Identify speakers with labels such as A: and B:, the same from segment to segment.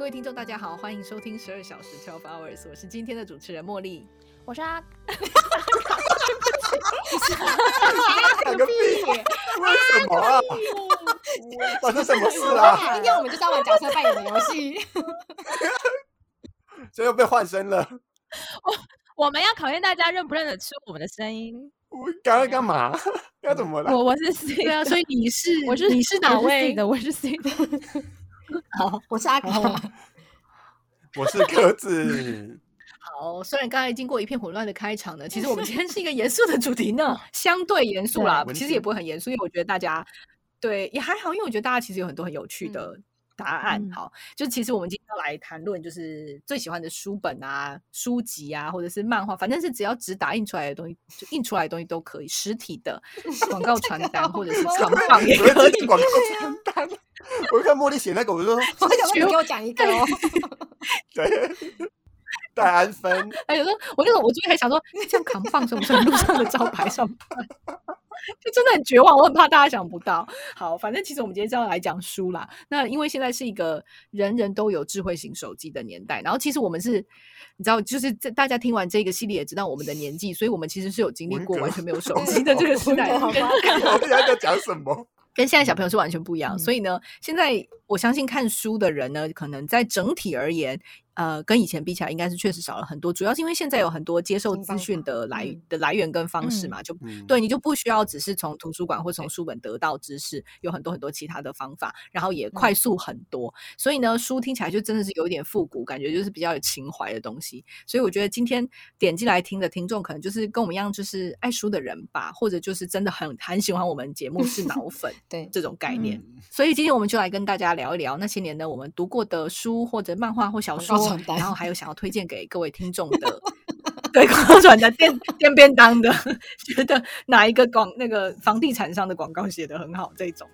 A: 位听众，大家好，欢迎收听十二小时 Twelve Hours，我是今天的主持人茉莉。
B: 我是阿，
C: 讲个屁！ 为什么啊？发生什么事啊？
B: 今天我 们就是要玩角色扮演的游戏，
C: 所以又被换身了。
D: 我们要考验大家认不认得出我们的声音。
C: 我刚刚干嘛？要怎么了？
D: 我我是 C，
A: 对啊，所以你是
D: 我是
A: 你是哪
D: 我 C
A: 位？
D: 的？我是 C 的。
B: 好， 我是阿卡，
C: 我是鸽子。
A: 好，虽然刚才经过一片混乱的开场呢，其实我们今天是一个严肃的主题呢，相对严肃啦，
C: 文
A: 其实也
C: 青
A: 不会很严肃，因为我觉得大家对也还好，因为我觉得大家其实有很多很有趣的答案。
D: 嗯
A: 好，就其实我们今天要来谈论就是最喜欢的书本啊、书籍啊，或者是漫画，反正是只要纸打印出来的东西，就印出来的东西都可以，实体的广告传单或者是
B: 好
A: 长棒也
C: 我在
A: 可以
C: 记。广告传单。啊我看茉莉写那个，我就说
B: 我想问你给我讲一个哦，
C: 对，戴安芬。
A: 哎，有时候我那种，我昨天还想说，这样扛棒算不算路上的招牌上班？ 就真的很绝望，我很怕大家想不到。好，反正其实我们今天是要来讲书啦。那因为现在是一个人人都有智慧型手机的年代，然后其实我们是，你知道，就是这大家听完这个系列也知道我们的年纪，所以我们其实是有经历
C: 文
A: 过
C: 革
A: 完全没有手机的这个时 代，
B: 好
A: 跟
B: 吗？
C: 我现在在讲什么？
A: 跟现在小朋友是完全不一样。
B: 嗯
A: 所以呢，现在我相信看书的人呢，可能在整体而言，呃，跟以前比起来，应该是确实少了很多。主要是因为现在有很多接受
B: 新
A: 资
B: 方
A: 讯
B: 法
A: 的来、
B: 嗯
A: 的来源跟方式嘛，就
C: 嗯
A: 对，你就不需要只是从图书馆或从书本得到知识，有很多很多其他的方法，然后
B: 嗯
A: 也快速很多。所以呢，书听起来就真的是有一点复古，感觉就是比较有情怀的东西。所以我觉得今天点进来听的听众，可能就是跟我们一样，就是爱书的人吧，或者就是真的很很喜欢我们节目 是脑粉
B: 对，
A: 这种概
D: 嗯
A: 念。所以今天我们就来跟大家聊一聊那些年呢我们读过的书或者漫画或小
B: 广告
A: 说
B: 传，单
A: 然后还有想要推荐给各位听众的。 对，广告传单电电便当的，觉得哪一个广那个房地产上的广告写的很好这种。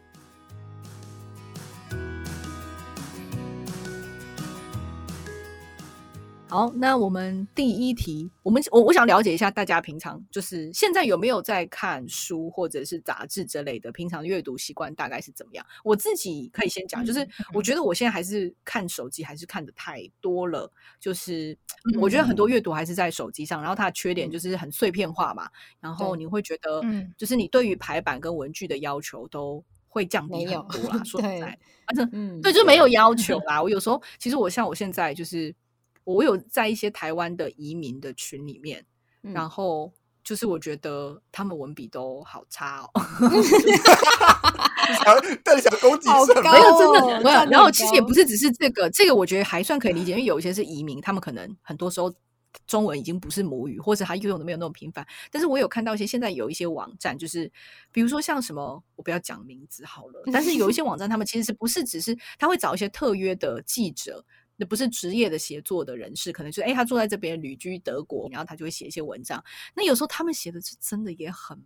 A: 好，那我们第一题，我们我我想了解一下大家平常就是现在有没有在看书或者是杂志之类的，平常阅读习惯大概是怎么样？我自己可以先讲，就是我觉得我现在还是看手机，还是看的太多了。就是嗯我觉得很多阅读还是在手机上，然后它的缺点就是很碎片化嘛，然后
B: 对
A: 你会觉得
D: 嗯，
A: 就是你对于排版跟文具的要求都会降低
B: 没有
A: 很多 啦。说实
B: 对
A: 在，反正
B: 嗯，
A: 对，就没有要 求啦。我有时候其实我像我现在就是，我有在一些台湾的移民的群里面，
B: 嗯
A: 然后就是我觉得他们文笔都好差哦。
C: 想到底想攻击
B: 好
C: 什
B: 高
C: 么
A: 没？有真的
B: 哦
A: 没有
B: 战。
A: 然后
B: 力
A: 其实也
B: 高
A: 不是只是这个，这个我觉得还算可以理解，因为有一些是移民，他们可能很多时候中文已经不是母语，或者他用的没有那么频繁。但是我有看到一些现在有一些网站，就是比如说像什么，我不要讲名字好了，但是有一些网站他们其实是不是只是他会找一些特约的记者。那不是职业的写作的人士，可能就是哎、他住在这边旅居德国，然后他就会写一些文章。那有时候他们写的是真的也很，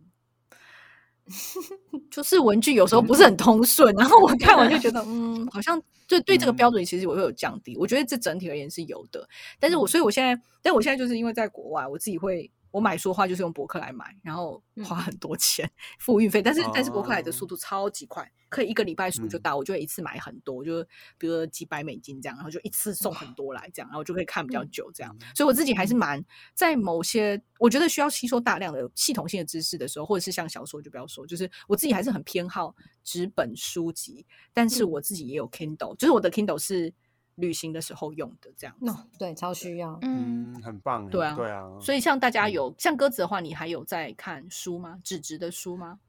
A: 就是文具有时候不是很通顺，然后我看完就觉得，嗯，好像就对这个标准其实我会有降低。我觉得这整体而言是有的，但是我所以我现在，但我现在就是因为在国外，我自己会。我买书的话就是用博客来买，然后花很多钱、 付运费，但是但是博客来的速度超级快，可以一个礼拜书就
C: 嗯
A: 到，我就会一次买很多，就比如说几百美金这样，然后就一次送很多来这样，然后就可以看比较久这样。所以我自己还是蛮在某些我觉得需要吸收大量的系统性的知识的时候，或者是像小说就不要说，就是我自己还是很偏好纸本书籍，但是我自己也有 Kindle，、就是我的 Kindle 是旅行的时候用的这样子。
B: no，对，超需要，
D: 嗯，
C: 嗯，很棒耶。
A: 对啊
C: 对啊。
A: 所以像大家有像鸽子的话，你还有在看书吗？纸质的书吗？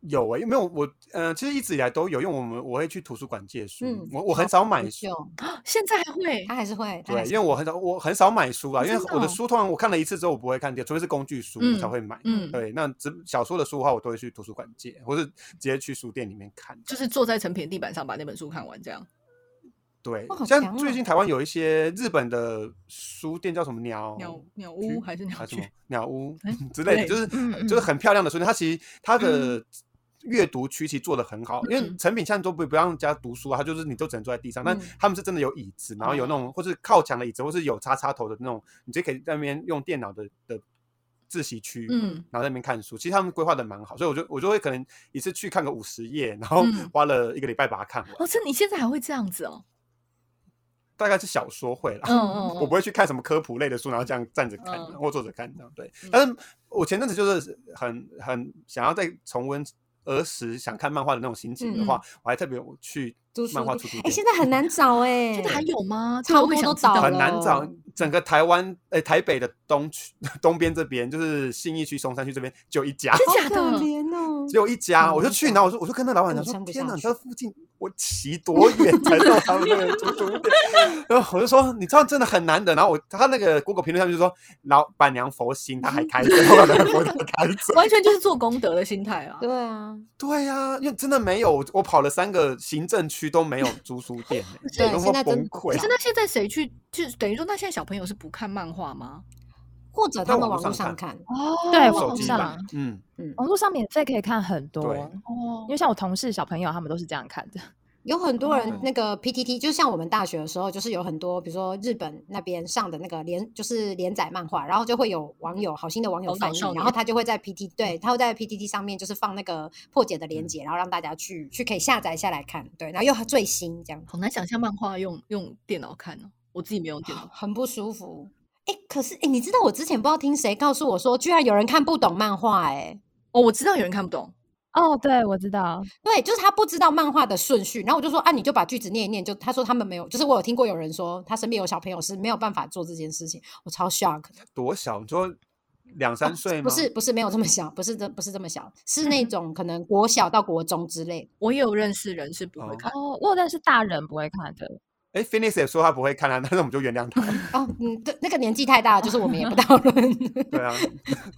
C: 有诶，因为我我呃，其实一直以来都有，因为我们我会去图书馆借书
B: 嗯，
C: 我我很少买
B: 不
C: 书。
B: 用，
A: 现在还会
B: 他还是会，他
C: 对
B: 还，是
C: 因为我很少我很少买书啦，啊
A: 哦
C: 因为
A: 真的
C: 我的
A: 哦
C: 书通常我看了一次之后我不会看第二，除非是工具书
A: 嗯
C: 我才会买。
A: 嗯
C: 对，那只小说的书的话，我都会去图书馆借，或是直接去书店里面看。
A: 就是坐在成品地板上把那本书看完这样。
C: 对
B: 哇好，强
C: 像
B: 哦
C: 最近台湾有一些日本的书店叫什么鸟
A: 鸟鸟
C: 居
A: 屋还是鸟
C: 哦还是
A: 居
C: 什么？鸟屋
A: 哎
C: 之类
A: 对
C: 的，就是
D: 嗯嗯
C: 就是很漂亮的书店。它其实它的阅读区其实做的很好，因为
A: 嗯
C: 成品现在都不不让人家读书啊，它就是你都只能坐在地上。但
B: 嗯
C: 他们是真的有椅子，然后有那
A: 哦
C: 种或是靠墙的椅子，或是有插插头的那种，你就可以在那边用电脑的的自习区，
A: 嗯，
C: 然后在那边看书。其实他们规划的蛮好，所以我就我就会可能一次去看个五十页，然后
A: 嗯
C: 花了一个礼拜把它看完。
A: 哦，这你现在还会这样子哦？
C: 大概是小说会啦。
B: 嗯嗯
C: 我不会去看什么科普类的书，然后这样站着看、
A: 嗯
C: 或坐着看这样。对，
B: 嗯
C: 但是我前阵子就是很很想要再重温儿时想看漫画的那种心情的话，我还特别去
B: 租嗯书
C: 漫画
B: 店
C: 出租
B: 哎，
C: 店
B: 现，在很难找哎，
A: 现在 还有吗？
B: 差不
A: 我也
B: 多
A: 想
B: 都
A: 知道
B: 倒
C: 很
B: 了
C: 难找
B: 哦。
C: 整个台湾呃台北的东区 东边这边，就是信义区、松山区这边就一 家。
B: 好
A: 真假
B: 可
A: 的
B: 怜哦
C: 只。有一家，
B: 嗯
C: 我就
B: 我
C: 去，
B: 懂
C: 然后我说，我就跟那老板娘
B: 我
C: 说
B: 撑，不
C: 天
B: 下
C: 哪，你
B: 去
C: 知道附近我骑多远才到他们那个租书店？ 然后我就说，你知道真的很难得。然后我他那个 Google 评论上面就说，老板娘佛心，他还开着，老板娘佛心还开着。
A: 完全就是做功德的心态 啊！
B: 对啊，
C: 对呀、因为真的没有，我我跑了三个行政区都没有租书店、欸，
B: 对
C: 我都
B: 现在
C: 快
B: 真
C: 崩溃啊
B: 可
A: 可是那现在谁去？就是等于说，那现在小朋友是不看漫画吗？
B: 或者
C: 在
B: 他们
C: 网
B: 网络
C: 络上
B: 上看，
A: 哦
D: 对
C: 手
D: 网
C: 机
D: 上
B: 啊
C: 版，嗯，
D: 网络上免费可以看很多，
C: 对
D: 因
A: 哦
D: 为像我同事小朋友他们都是这样看的。
B: 有很多
C: 哦
B: 人那个 PTT，就像我们大学的时候，就是有很多，比如说日本那边上的那个连，就是连载漫画，然后就会有网友好心的网友
A: 头脑
B: 翻译
A: 少，
B: 然
A: 年嗯
B: 后他就会在 PT，对，他会在 PTT 上面就是放那个破解的连接，然后让大家去去可以下载下来看，对，然后又最新这样，
A: 好难想象漫画用用电脑看哦，我自己没用电脑。
B: 很不舒服。哎，可是哎，你知道我之前不知道听谁告诉我说，居然有人看不懂漫画，哎，
A: 哦，我知道有人看不懂，
D: 哦，对，我知道，
B: 对，就是他不知道漫画的顺序，然后我就说啊，你就把句子念一念。就他说他们没有，就是我有听过有人说他身边有小朋友是没有办法做这件事情，我超 shock。
C: 多小？你说两三岁吗？
B: 哦不是不是没有这么小，不是这不是这么小，是 那种可能国小到国中之类。
A: 我也有认识人是不会
C: 哦
A: 看。
D: 哦，我有认识大人不会看的，
C: 哎，Phoenix 也说他不会看啊，但是我们就原谅他。
B: 哦，嗯，对，那个年纪太大了，就是我们也 不讨论。
C: 对啊，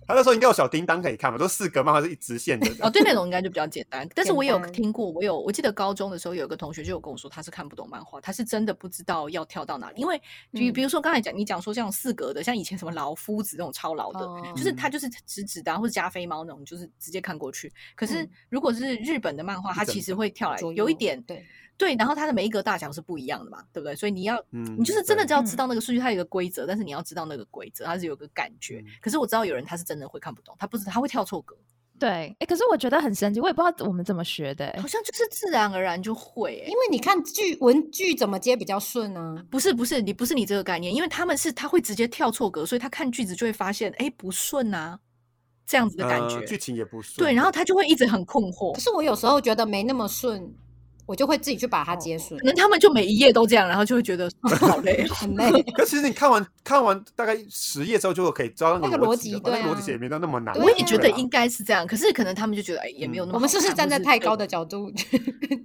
C: 他那时候应该有小叮当可以看嘛，都四格漫画是一直线的。
A: 哦，对，那种应该就比较简单。但是
B: 简
A: 我有
B: 单
A: 听过，我有我记得高中的时候有一个同学就有跟我说，他是看不懂漫画，他是真的不知道要跳到哪里。因为比
B: 嗯
A: 比如说刚才讲你讲说像四格的，像以前什么老夫子那种超老的，哦
B: 嗯
A: 就是它就是直直的、啊，或者加菲猫那种，就是直接看过去。可是
B: 嗯
A: 如果是日本的漫画，它
C: 整
A: 其实会跳来
B: 左
A: 有一
B: 右
A: 点
B: 对，
A: 对，然后它的每一格大小是不一样的嘛，对不对？所以你要
C: 嗯，
A: 你就是真的
C: 对
A: 只要知
D: 嗯
A: 道那个数据，它有一个规则，但是你要知道那个规则，它是有个感觉
C: 嗯。
A: 可是我知道有人他是真的会看不懂，他不知道他会跳错格，
D: 对，哎、可是我觉得很神奇，我也不知道我们怎么学的、欸
A: 好，像就是自然而然就会欸、
B: 因为你看剧文剧怎么接比较顺啊？
A: 不是不是，你不是你这个概念，因为他们是他会直接跳错格，所以他看句子就会发现，哎，不顺啊，这样子的感
C: 呃
A: 觉。
C: 剧情也不顺。
A: 对，然后他就会一直很困惑
B: 可，是我有时候觉得没那么顺，我就会自己去把它接顺
A: 可，能他们就每一页都这样，然后就会觉得好累哦。
B: 很累。
C: 可其实你看完看完大概十页之后，就可以知道那
B: 那
C: 个
B: 个
C: 逻
B: 逻辑
C: 了嘛那
B: 对
C: 个逻
B: 啊
C: 辑也没到那么 难。
B: 对
A: 我也觉
C: 对
A: 得
C: 啊
A: 应该是这样，可是可能他们就觉得，哎，也没有那么 好看。
B: 我们是不是站在
A: 或
B: 太高
A: 对
B: 的角度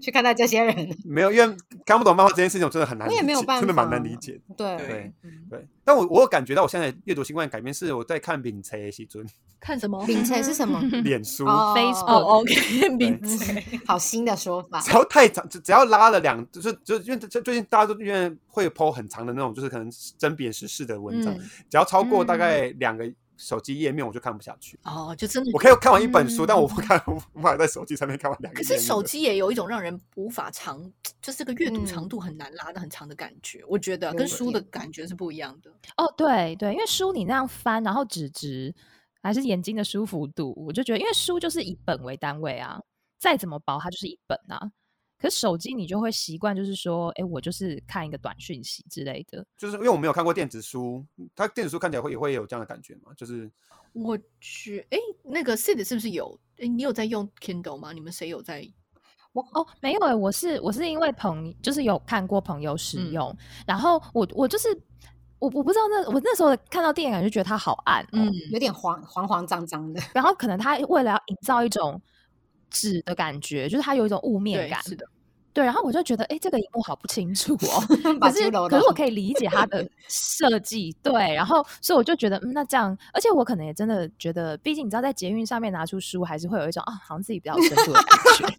B: 去看待这些人？
C: 没有，因为看不懂漫画这件事情，我真的很难
B: 我
C: 理解，
B: 也没有办法，
C: 真的蛮难理解的。。
B: 对，
C: 对
A: 对，嗯
C: 对，但我我有感觉到我现在阅读习惯改变，是我在看秉承的 时尊
A: 看什么？
B: 饼才是什么
C: 脸书，
B: 哦
D: Facebook 嗯
A: 哦，OK，名
B: 嗯
A: 字。
B: 好新的说法
C: 只。要太长，只只要拉了两，就是就因为这最近大家都因为会 po 很长的那种，就是可能甄别时事的 文章，
A: 嗯
C: 只要超过大概两个手机页面，我就看不下去。
A: 哦，就真的
C: 我。可以看完一本书，但我不看，我无法在手机上面看完两个
A: 可
C: 页面的。
A: 是手机也有一种让人无法长，就是这个阅读长
B: 嗯
A: 度很难拉的很长的感觉，我觉得
B: 有
A: 跟
B: 一
A: 书的
B: 点
A: 感觉是不一样的。
D: 哦，对对，因为书你那样翻，然后纸质还是眼睛的舒服度，我就觉得，因为书就是以本为单位啊，再怎么薄它就是一本啊。可是手机你就会习惯，就是说，哎，我就是看一个短讯息之类的。
C: 就是因为我没有看过电子书，它电子书看起来会也会有这样的感觉嘛，就是
A: 我觉，哎，那个 Sid 是不是有？哎，你有在用 Kindle 吗？你们谁有在？
D: 哦，没有诶、我是我是因为朋就是有看过朋友使
A: 嗯
D: 用，然后我我就是我我不知道那我那时候看到电影感就觉得它好暗、哦，
A: 嗯，
B: 有点黄黄黄脏脏 的，
D: 然后可能它为了要营造一种纸的感觉，就是它有一种雾面
A: 对，
D: 感，
A: 是的。
D: 对，然后我就觉得，哎，这个荧幕好不清楚哦。可
B: 把
D: 是，
B: 猪揉
D: 可是
B: 到
D: 我可以理解 它的设计，对。然后，所以我就觉得，嗯，那这样，而且我可能也真的觉得，毕竟你知道，在捷运上面拿出书，还是会有一种啊，好像自己比较有深度的 感觉。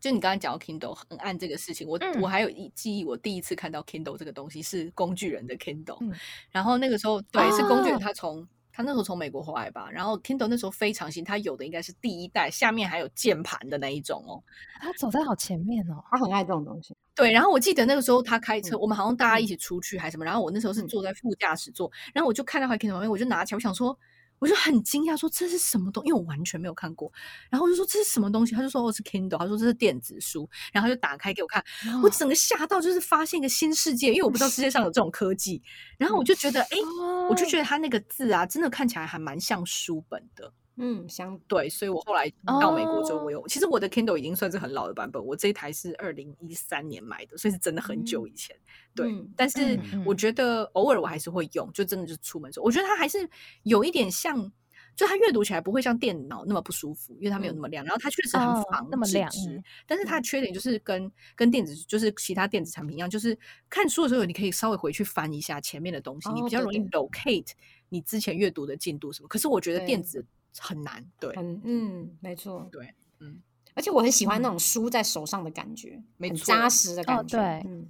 A: 就你刚才讲到 Kindle 很暗这个事情，我、
D: 嗯
A: 我还有一记忆，我第一次看到 Kindle 这个东西是工具人的 Kindle，、
D: 嗯
A: 然后那个时候对、是工具人
D: 哦
A: 他从他那时候从美国回来吧，然后 Kindle 那时候非常新，他有的应该是第一代，下面还有键盘的那一种哦。
D: 他啊走在好前面哦，
B: 他很爱这种东西。
A: 对，然后我记得那个时候他开车，我们好像大家一
B: 嗯
A: 起出去还是什么，然后我那时候是
B: 嗯
A: 坐在副驾驶座，然后我就看到他 Kindle 旁边，我就拿起来，我想说。我就很惊讶，说这是什么东因为我完全没有看过。然后我就说这是什么东西？他就说哦是 Kindle，他说这是电子书，然后他就打开给我看，我
D: 嗯
A: 整个吓到，就是发现一个新世界，因为我不知道世界上有这种科技。然后我就觉得，哎、
D: 啊
A: 我
D: 哦
A: 就觉得它那个字啊，真的看起来还蛮像书本的。
B: 嗯，相
A: 对，所以我后来到美国之后，我有、其实我的 Kindle 已经算是很老的版本，我这一台是二零一三年买的，所以是真的很久以前。对，
B: 嗯
A: 但是
D: 嗯
A: 我
D: 嗯
A: 觉得偶尔我还是会用，就真的就是出门的时候，我觉得它还是有一点像。就它阅读起来不会像电脑那么不舒服，因为它没有那么亮，然后它确实很
D: 嗯哦
A: 防
D: 那么
A: 纸
D: 亮
A: 质
D: 嗯
A: 但是它的缺点就是跟跟电子就是其他电子产品一样，就是看书的时候你可以稍微回去翻一下前面的东西，你
B: 哦
A: 比较
B: 对
A: 容易
B: 对
A: locate 你之前阅读的进度什么。可是我觉得电
B: 对
A: 子很难，对，
D: 哦
B: 很嗯，没错，
A: 对，嗯，
B: 而且我很喜欢那种书在手上的感觉，
A: 没
B: 很
A: 错
B: 扎实的感觉，
D: 哦对
B: 嗯，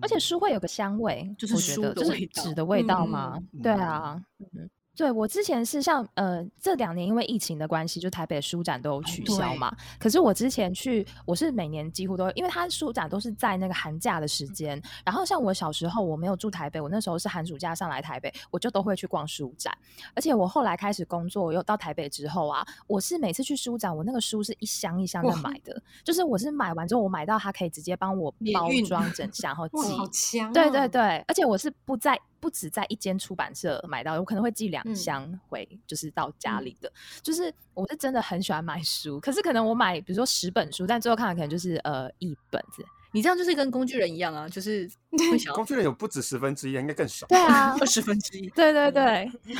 D: 而且书会有个香味，
A: 就是
D: 我觉
A: 书
D: 得
A: 的
D: 就
A: 味
D: 是
A: 道
D: 纸的味道嘛。
C: 嗯
D: 对
C: 嗯
D: 啊，嗯，对我之前是像呃这两年因为疫情的关系，就台北的书展都有取消
A: 哦对
D: 嘛。可是我之前去，我是每年几乎都，因为它书展都是在那个寒假的时间。然后像我小时候，我没有住台北，我那时候是寒暑假上来台北，我就都会去逛书展。而且我后来开始工作，我又到台北之后啊，我是每次去书展，我那个书是一箱一箱的
B: 哇
D: 买的，就是我是买完之后，我买到它可以直接帮我
A: 免
D: 包
A: 运
D: 装 整箱，然后
B: 哇，
D: 寄。
B: 好哦强、
D: 对对，对，而且我是不在不止在一间出版社买到，我可能会寄两
B: 嗯
D: 箱回，就是到家
B: 嗯
D: 里的。就是我是真的很喜欢买书，可是可能我买比如说十本书，但最后看的可能就是呃一本子。
A: 你这样就是跟工具人一样啊，就是会想
C: 嗯工
A: 要
C: 具人有不止十分之一，应该更少。
D: 对啊
A: 二十分之一。
D: 对对对，
B: 嗯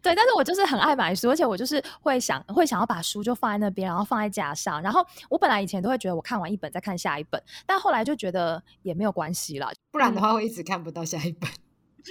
D: 对，但是我就是很爱买书，而且我就是会想会想要把书就放在那边，然后放在架上。然后我本来以前都会觉得我看完一本再看下一本，但后来就觉得也没有关系啦，
B: 不然的话会一直看不到下一本。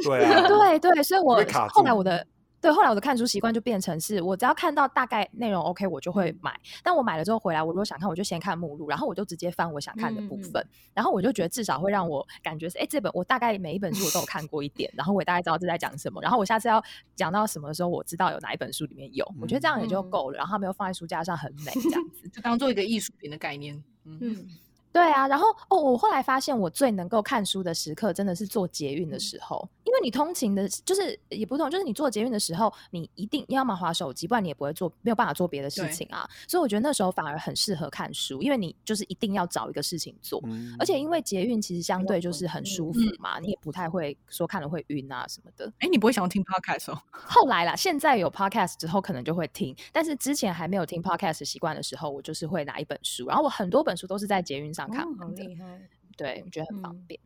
C: 对啊，
D: 对对，所以我
C: 会卡
D: 后来
C: 住
D: 我的对后来我的看书习惯就变成是我只要看到大概内容 OK，我就会买。但我买了之后回来，我如果想看，我就先看目录，然后我就直接翻我想看的部
B: 嗯嗯嗯
D: 分，然后我就觉得至少会让我感觉是哎，这本我大概每一本书我都有看过一 点，然后我也大概知道这在讲什么，然后我下次要讲到什么的时候，我知道有哪一本书里面有，我觉得这样也就
B: 嗯
D: 够了。然后它没有放在书架上很美这样子。
A: 就当做一个艺术品的概念。嗯，
B: 嗯，
D: 对啊，然后哦，我后来发现我最能够看书的时刻，真的是坐捷运
B: 嗯
D: 的时候，因为你通勤的，就是也不同，就是你坐捷运的时候，你一定要么划手机，不然你也不会做，没有办法做别的事
A: 对
D: 情啊。所以我觉得那时候反而很适合看书，因为你就是一定要找一个事情做，
C: 嗯
D: 而且因为捷运其实相对就是很舒服
A: 嗯
D: 嘛，你也不太会说看了会晕啊什么的。
A: 哎、你不会想要听 podcast 哦？
D: 后来啦，现在有 podcast 之后可能就会听，但是之前还没有听 podcast 习惯的时候，我就是会拿一本书，然后我很多本书都是在捷运上看
B: 哦，好
D: 完的。
B: 厉害。
D: 对，我觉得很方
B: 嗯
D: 便。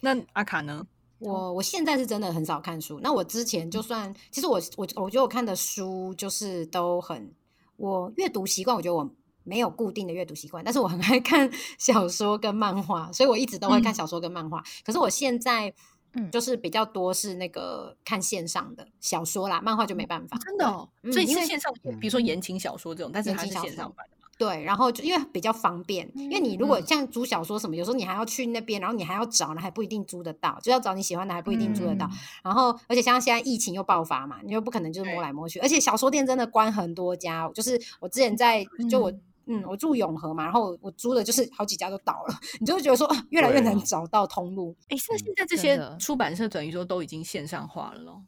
A: 那阿卡呢？哦
B: 我我现在是真的很少看书。那我之前
A: 嗯
B: 就算，其实我我我觉得我看的书就是都很，我阅读习惯，我觉得我没有固定的阅读习惯，但是我很爱看 小说跟漫画，所以我一直都会看
A: 嗯
B: 小说跟漫画。可是我现在，
D: 嗯
B: 就是比较多是那个看线上的小说啦，漫画就没办法。
A: 真的、哦，
B: 嗯
A: 所以
B: 因
A: 是
B: 为
A: 线上，
C: 嗯
A: 比如说言情小说这种，但是
B: 言
A: 它
B: 情
A: 是
B: 小
A: 线上
B: 说
A: 版的嘛。
B: 对，然后就因为比较方便，因为你如果
A: 嗯
B: 像租小说什么，有时候你还要去那边，然后你还要找，那还不一定租得到，就要找你喜欢的，还不一定租得到。然后，而且像现在疫情又爆发嘛，你又不可能就是摸
A: 对
B: 来摸去，而且小说店真的关很多家哦。就是我之前在就我
D: 嗯
B: 嗯我住永和嘛，然后我租的就是好几家都倒了， 你就会觉得说啊越来越
C: 对
B: 难
C: 啊
B: 找到通路。
A: 哎、那现在这
D: 真
A: 些
D: 的
A: 出版社等于说都已经线上化了咯。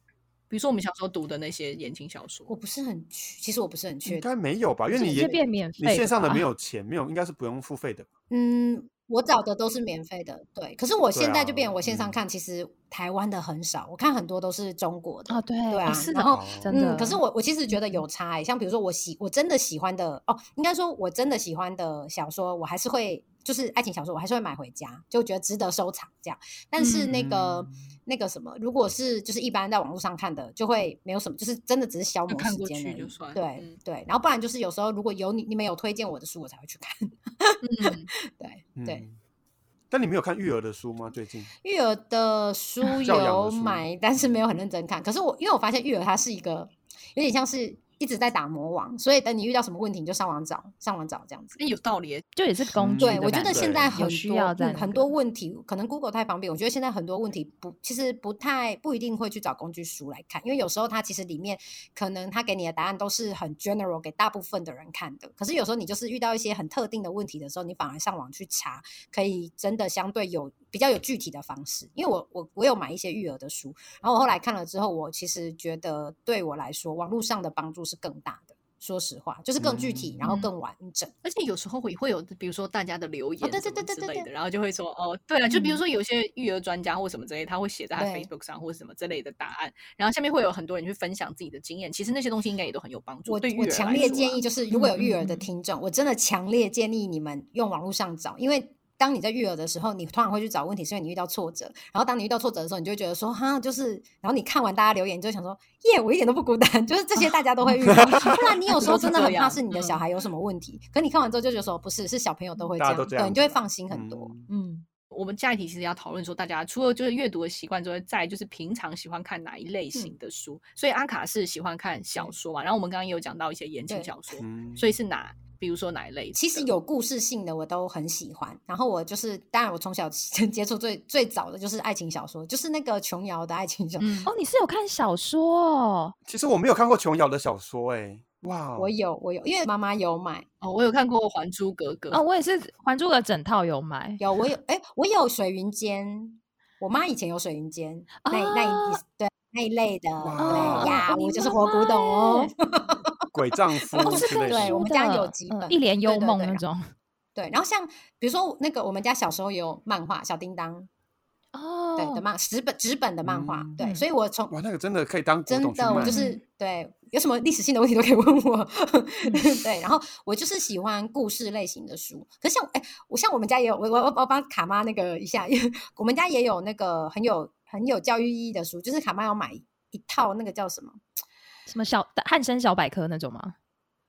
A: 比如说我们小时候读的那些言情小说
B: 我，不是很确，其实我不是很确
C: 应
B: 定。
C: 该没有吧？因为你
D: 这
C: 也
D: 变免费
C: 你线上的没
D: 有
C: 有钱，没有应该是不用付费的。
B: 嗯，我找的都是免费的，对。可是我
C: 对
B: 现在就
C: 啊
B: 变，我线上
C: 嗯
B: 看，其实台湾的很少，我看很多都是中国的。
D: 哦，对
B: 对啊，
A: 是
B: 然
A: 的
B: 后
C: 哦
D: 真的。
B: 嗯，可是我我其实觉得有差、欸，像比如说我喜我真的喜欢的哦，应该说我真的喜欢的小说，我还是会就是爱情小说，我还是会买回家，就觉得值得收藏这样。但是那
C: 哦
B: 个、
A: 嗯
B: 那个什么，如果是就是一般在网络上看的，就会没有什么，就是真的只是消
A: 就
B: 磨
A: 看
B: 时
A: 过
B: 间
A: 去
B: 而
A: 就
B: 已
A: 算
B: 对、
A: 嗯
B: 对，然后不然就是有时候如果有你你们有推荐我的书，我才会去看。
A: 嗯，
B: 对对，
C: 嗯但你没有看育儿的书吗？最近
B: 育儿的书
C: 教养的
B: 有
C: 书
B: 买，但是没有很认真看。可是我因为我发现育儿它是一个有点像是一直在打魔王，所以等你遇到什么问题你就上网找，上网找这样子。
A: 那、有道理耶。
D: 就也是工
C: 嗯
D: 具的
B: 对，
D: 感觉，
B: 我觉得现
C: 对
B: 在
D: 有
B: 很
D: 需
B: 多、
D: 要
B: 嗯
D: 在那
B: 很
D: 个
B: 多问题，可能 Google 太方便。我觉得现在很多问题不，其实不太不一定会去找工具书来看，因为有时候它其实里面可能它给你的答案都是很 general 给大部分的人看的。可是有时候你就是遇到一些很特定的问题的时候，你反而上网去查，可以真的相对有比较有具体的方式。因为我我我有买一些育儿的书，然后我后来看了之后，我其实觉得对我来说，网络上的帮助是更大的。说实话，就是更具体，
D: 嗯
B: 然后更完整。
A: 而且有时候会会有，比如说大家的留言
B: 对
A: 什
B: 对
A: 么
B: 对
A: 之
B: 对
A: 类
B: 对
A: 的，然后就会说哦，对啊，就比如
D: 嗯
A: 说有些育儿专家或什么之类，他会写在他
B: 对
A: Facebook 上或什么之类的答案，然后下面会有很多人去分享自己的经验，其实那些东西应该也都很有帮助。
B: 我
A: 对育
B: 我
A: 儿
B: 强
A: 来
B: 烈
A: 说
B: 建
A: 啊
B: 议，就是如果有育儿的
D: 嗯嗯嗯
B: 听众，我真的强烈建议你们用网络上找，因为当你在育儿的时候，你通常会去找问题，是因为你遇到挫折。然后当你遇到挫折的时候，你就会觉得说，哈，就是，然后你看完大家留言，你就想说，耶，我一点都不孤单，就是这些大家都会遇到。不然你有时候真的很怕是你的小孩有什么问题，可你看完之后就觉得说，不是，是小朋友都会这
C: 大家
B: 样，
C: 都这
B: 对，
C: 样
B: 你就会
C: 子啊
B: 放心很多。
C: 嗯
D: 嗯，
A: 我们下一题其实要讨论说，大家除了就是阅读的习惯之外，再就是平常喜欢看哪一类型的书。所以阿卡是喜欢看小说嘛，然后我们刚刚也有讲到一些言情
B: 对
A: 小说，
C: 嗯
A: 所以是哪，比如说哪一类？
B: 其实，有故事性的我都很喜欢。然后我就是，当然我从小 接触最最早的就是爱情小说，就是那个琼瑶的爱情小说。
A: 嗯，
D: 哦，你是有看小说哦，
C: 其实我没有看过琼瑶的小说、哎，哇，
B: 我有，我有，因为妈妈有买，
A: 哦，我有看过《还珠格格》
D: 哦，我也是《还珠格格》整套有买，
B: 有我有，哎、我有水云间，我妈以前有水云间、那一那一
D: 啊
B: 对那一类的，
C: 哇
B: 对呀
D: 哦，
B: 我
D: 你
B: 就是
D: 妈
B: 活古
D: 妈
B: 董哦
D: 耶，
C: 鬼丈夫
D: 哦，是
C: 之
D: 看
C: 类
B: 对
C: 的
B: 我
D: 书
B: 们
D: 的，
B: 家有几
D: 嗯
B: 本
D: 一帘幽
B: 对对
D: 梦》
B: 对
D: 那
B: 然
D: 种
B: 对。然后像比如说那个我们家小时候也有漫画小叮当，
D: 哦，
B: 对的漫纸本纸本的漫画，对，
D: 嗯
B: 所以我从
C: 哇，那个真的可以当古
B: 真
C: 董去
B: 的，我
C: 卖
B: 就
D: 嗯
B: 是对有什么历史性的问题都可以问我。
C: 嗯
B: 对，然后我就是喜欢故事类型的书。可像哎，我像我们家也有，我我我我帮卡妈那个一下，因为我们家也有那个很有很有教育意义的书，就是卡妈要买一套那个叫什么，
D: 什么小汉生小百科那种吗？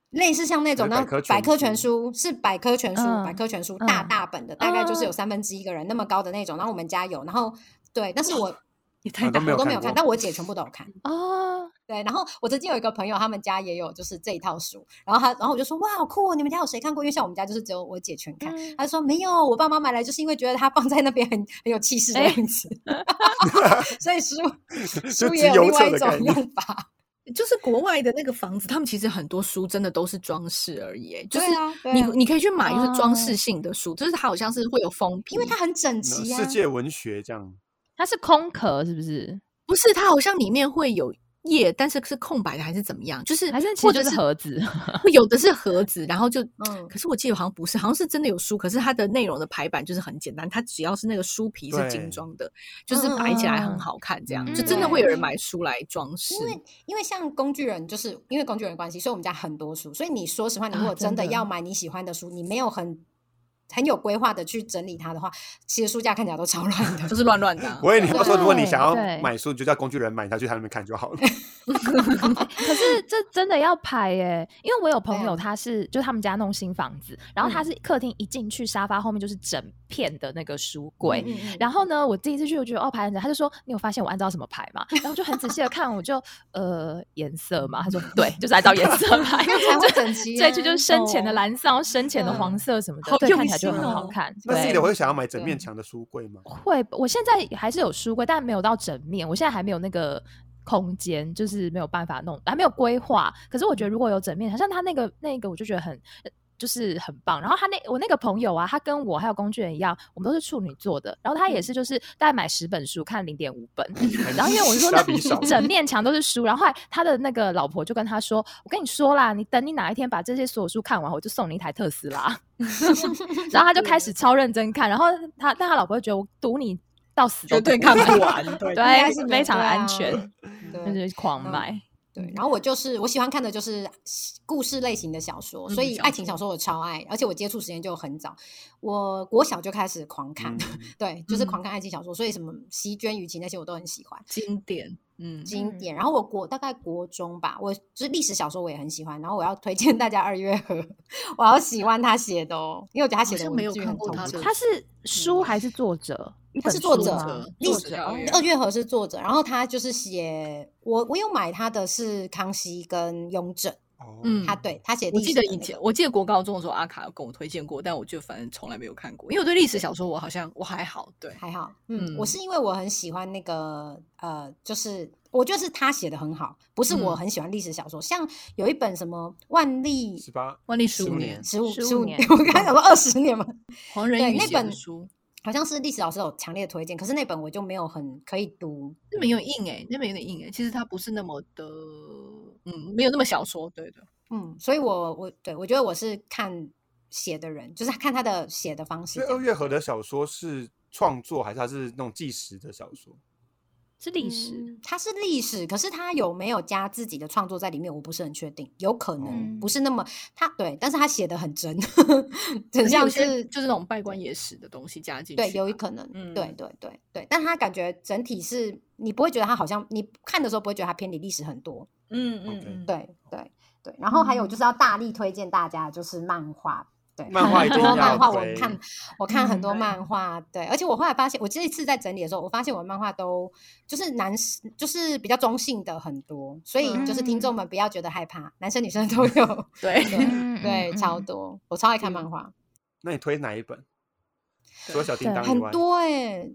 B: 类似像那种
C: 是百
B: 那
C: 科
B: 种百
C: 全
B: 科全书，是百科全书，
D: 嗯
B: 百科全书大
D: 嗯
B: 大本的，大概就是
C: 嗯
B: 有
D: 啊
B: 三分之一个人那么高的那种。然后我们家有，然后对，但是我
A: 也太
C: 啊
A: 大
C: 都没有
B: 我都没有
C: 看
B: 看，
C: 过
B: 但我姐全部都有看。
D: 哦，
B: 对，然后我曾经有一个朋友，他们家也有就是这一套书，然后他，然后我就说哇，好酷、哦，你们家有谁看过？因为像我们家就是只有我姐全看，
D: 嗯
B: 他说没有，我爸妈买来就是因为觉得它放在那边很很有气势的
D: 哎
B: 样子，所以书 书
C: 就
B: 也有
C: 集邮
B: 另外
C: 册
B: 一
C: 的
B: 种
C: 概念
B: 用法，
A: 就是国外的那个房子，他们其实很多书真的都是装饰而已，哎就是
B: 对啊对
A: 你
B: 啊
A: 你可以去买，就是装
D: 哦
A: 饰性的书，就是它好像是会有封皮，
B: 因为它很整
C: 那
B: 齐啊
C: 世。界文学这样。
D: 它是空壳是不是？
A: 不是它好像里面会有页，但是是空白的还是怎么样？就是
D: 还是其
A: 或
D: 实
A: 者
D: 就是
A: 是
D: 盒子？
A: 会有的是盒子，然后 就
B: 嗯
A: 可是我记得好像不是，好像是真的有书，可是它的内容的排版就是很简单，它只要是那个书皮是
C: 对
A: 精装的，就是摆起来
D: 嗯嗯
A: 很
D: 嗯
A: 好看，这样、
C: 嗯
A: 就真的会有人
B: 对
A: 买书来装饰。
B: 因为因为像工具人，就是因为工具人的关系，所以我们家很多书。所以你说实话，你如
D: 啊
B: 果真
D: 真
B: 的
D: 的
B: 要买你喜欢的书，你没有很很有规划的去整理它的话，其实书架看起来都超乱 的。
A: 就是乱乱的啊、
C: 我以为你
B: 对
C: 要说，如果你想要
D: 对
C: 买书，你就叫工具人买下去他那边看就好了。
D: 可 是这真的要排耶、因为我有朋
B: 对啊
D: 友，他是就他们家弄新房子，然后他
B: 嗯
D: 是客厅一进去，沙发后面就是整片的那个书柜。
B: 嗯嗯嗯
D: 然后呢，我第一次去我觉得哦排很整，他就说你有发现我按照什么排嘛？然后就很仔细的看，我就呃颜色嘛，他说对，就是按照颜 色 排，
B: 这样才会整齐、啊。
D: 所以这就是深浅的
B: 哦
D: 蓝色，然后深浅的
B: 嗯
D: 黄色什么的，
A: 好
D: 对，
A: 用
D: 看起来就
A: 心
D: 很好
B: 哦
D: 看。
C: 那
D: 对
C: 是的，会想要买整面
B: 对
C: 墙的书柜 吗？
D: 会，我现在还是有书柜，但没有到整面。我现在还没有那个空间，就是没有办法弄，还没有规划。可是我觉得如果有整面，好像他那个那个，我就觉得很。呃就是很棒，然后他那我那个朋友啊，他跟我还有工具人一样，我们都是处女座的。然后他也是就是大概买十本书，看零点五本，然后因为我就说
C: 蜡笔小
D: 那 整面墙都是书，然后后来他的那个老婆就跟他说：“我跟你说啦，你等你哪一天把这些所有书看完，我就送你一台特斯拉。” 然后他就开始超认真看，然后他但他老婆就觉得我赌你到死都
A: 绝对
D: 不
A: 看
D: 会
A: 不完，对
B: 应该是
D: 对，
B: 没有
D: 非常
B: 对啊
D: 安全，就
B: 对
D: 是狂
B: 嗯
D: 买。
B: 对。然后我就是我喜欢看的就是故事类型的小说，
A: 嗯
B: 所以
A: 小
B: 爱情小
A: 说
B: 说我超爱，而且我接触时间就很早，我国小就开始狂看，
A: 嗯
C: 嗯
B: 对，就是狂看爱情小说，所以什么《席绢与情》那些我都很喜欢。
A: 经典，嗯，
B: 经
D: 嗯
B: 典，然后我国大概国中吧，我就是历史小说我也很喜欢，然后我要推荐大家二月河，我好喜欢他写的哦，因为我觉得他写
A: 好
B: 的
A: 像
B: 文
A: 没有
B: 句
A: 看
B: 很
A: 过
B: 透
A: 他
B: 彻
A: 的啊
D: 他是书还是作者？一
B: 他
D: 本
B: 是作
D: 书
B: 者
D: 吗
B: 历
D: 作
B: 史
D: 者
A: 哦
D: 哦
A: 对
B: 二月河是作者，然后他就是写我，我有买他的是康熙跟雍正，
C: 哦
A: 嗯
B: 他对他写
A: 我
B: 历
A: 记
B: 史
A: 得
B: 的
A: 以
B: 那
A: 前
B: 个，，
A: 我记得国高中的时候，阿卡有跟我推荐过，但我就反正从来没有看过，因为我对历史小说我好像我还好，对，
B: 还好，嗯，我
A: 嗯
B: 是因为我很喜欢那个呃，就是我觉得是他写的很好，不是我
A: 嗯
B: 很喜欢历史小说，像有一本什么万历
C: 十八
A: 万历
C: 15
A: 十五
C: 年
A: 年
B: 十五
D: 15
B: 十五
D: 年
B: 年，我刚才想说二十年嘛，
A: 黄
B: 对
A: 仁宇
B: 那
A: 写的
B: 本
A: 书，
B: 好像是历史老师有强烈推荐，可是那本我就没有很可以读。
A: 那本有点硬哎、那本有点硬哎、其实它不是那么的，嗯，没有那么小说，对的。
B: 嗯，所以我我对我觉得我是看写的人，就是看他的写的方式
C: 所以
B: 这
C: 二
B: 样。
C: 月河的小说是创作还是它是那种纪实的小说？
D: 是历史，
B: 嗯它是历史，可是他有没有加自己的创作在里面，我不是很确定，有可能、
D: 嗯
B: 不是那么他对，但是他写的很真，
A: 可
B: 很
A: 能有
B: 像
A: 些
B: 是
A: 就是那种拜官野史的东西加进去吧，
B: 对，有一可能，对
A: 嗯
B: 对对对，但他感觉整体是你不会觉得他好像你看的时候不会觉得他偏离历史很多，
A: 嗯嗯
C: OK
A: 嗯，
B: 对对对。然后还有
D: 嗯
B: 就是要大力推荐大家就是漫画，对，
C: 漫
B: 很
C: 画一定
B: 多漫
C: 要
B: 画我
C: 推
B: 看我看很
A: 嗯
B: 多
A: 对
B: 漫画，对，而且我后来发现，我这一次在整理的时候，我发现我的漫画都就是男就是比较中性的很多，所以就是听众
D: 嗯
B: 们不要觉得害怕，男生女生都有，
A: 对
B: 对
D: 嗯
B: 对，超，多，我超爱看漫画。
C: 那你推哪一本？除
A: 对
C: 了小叮
D: 对
C: 当以
B: 很
C: 外，
B: 多哎、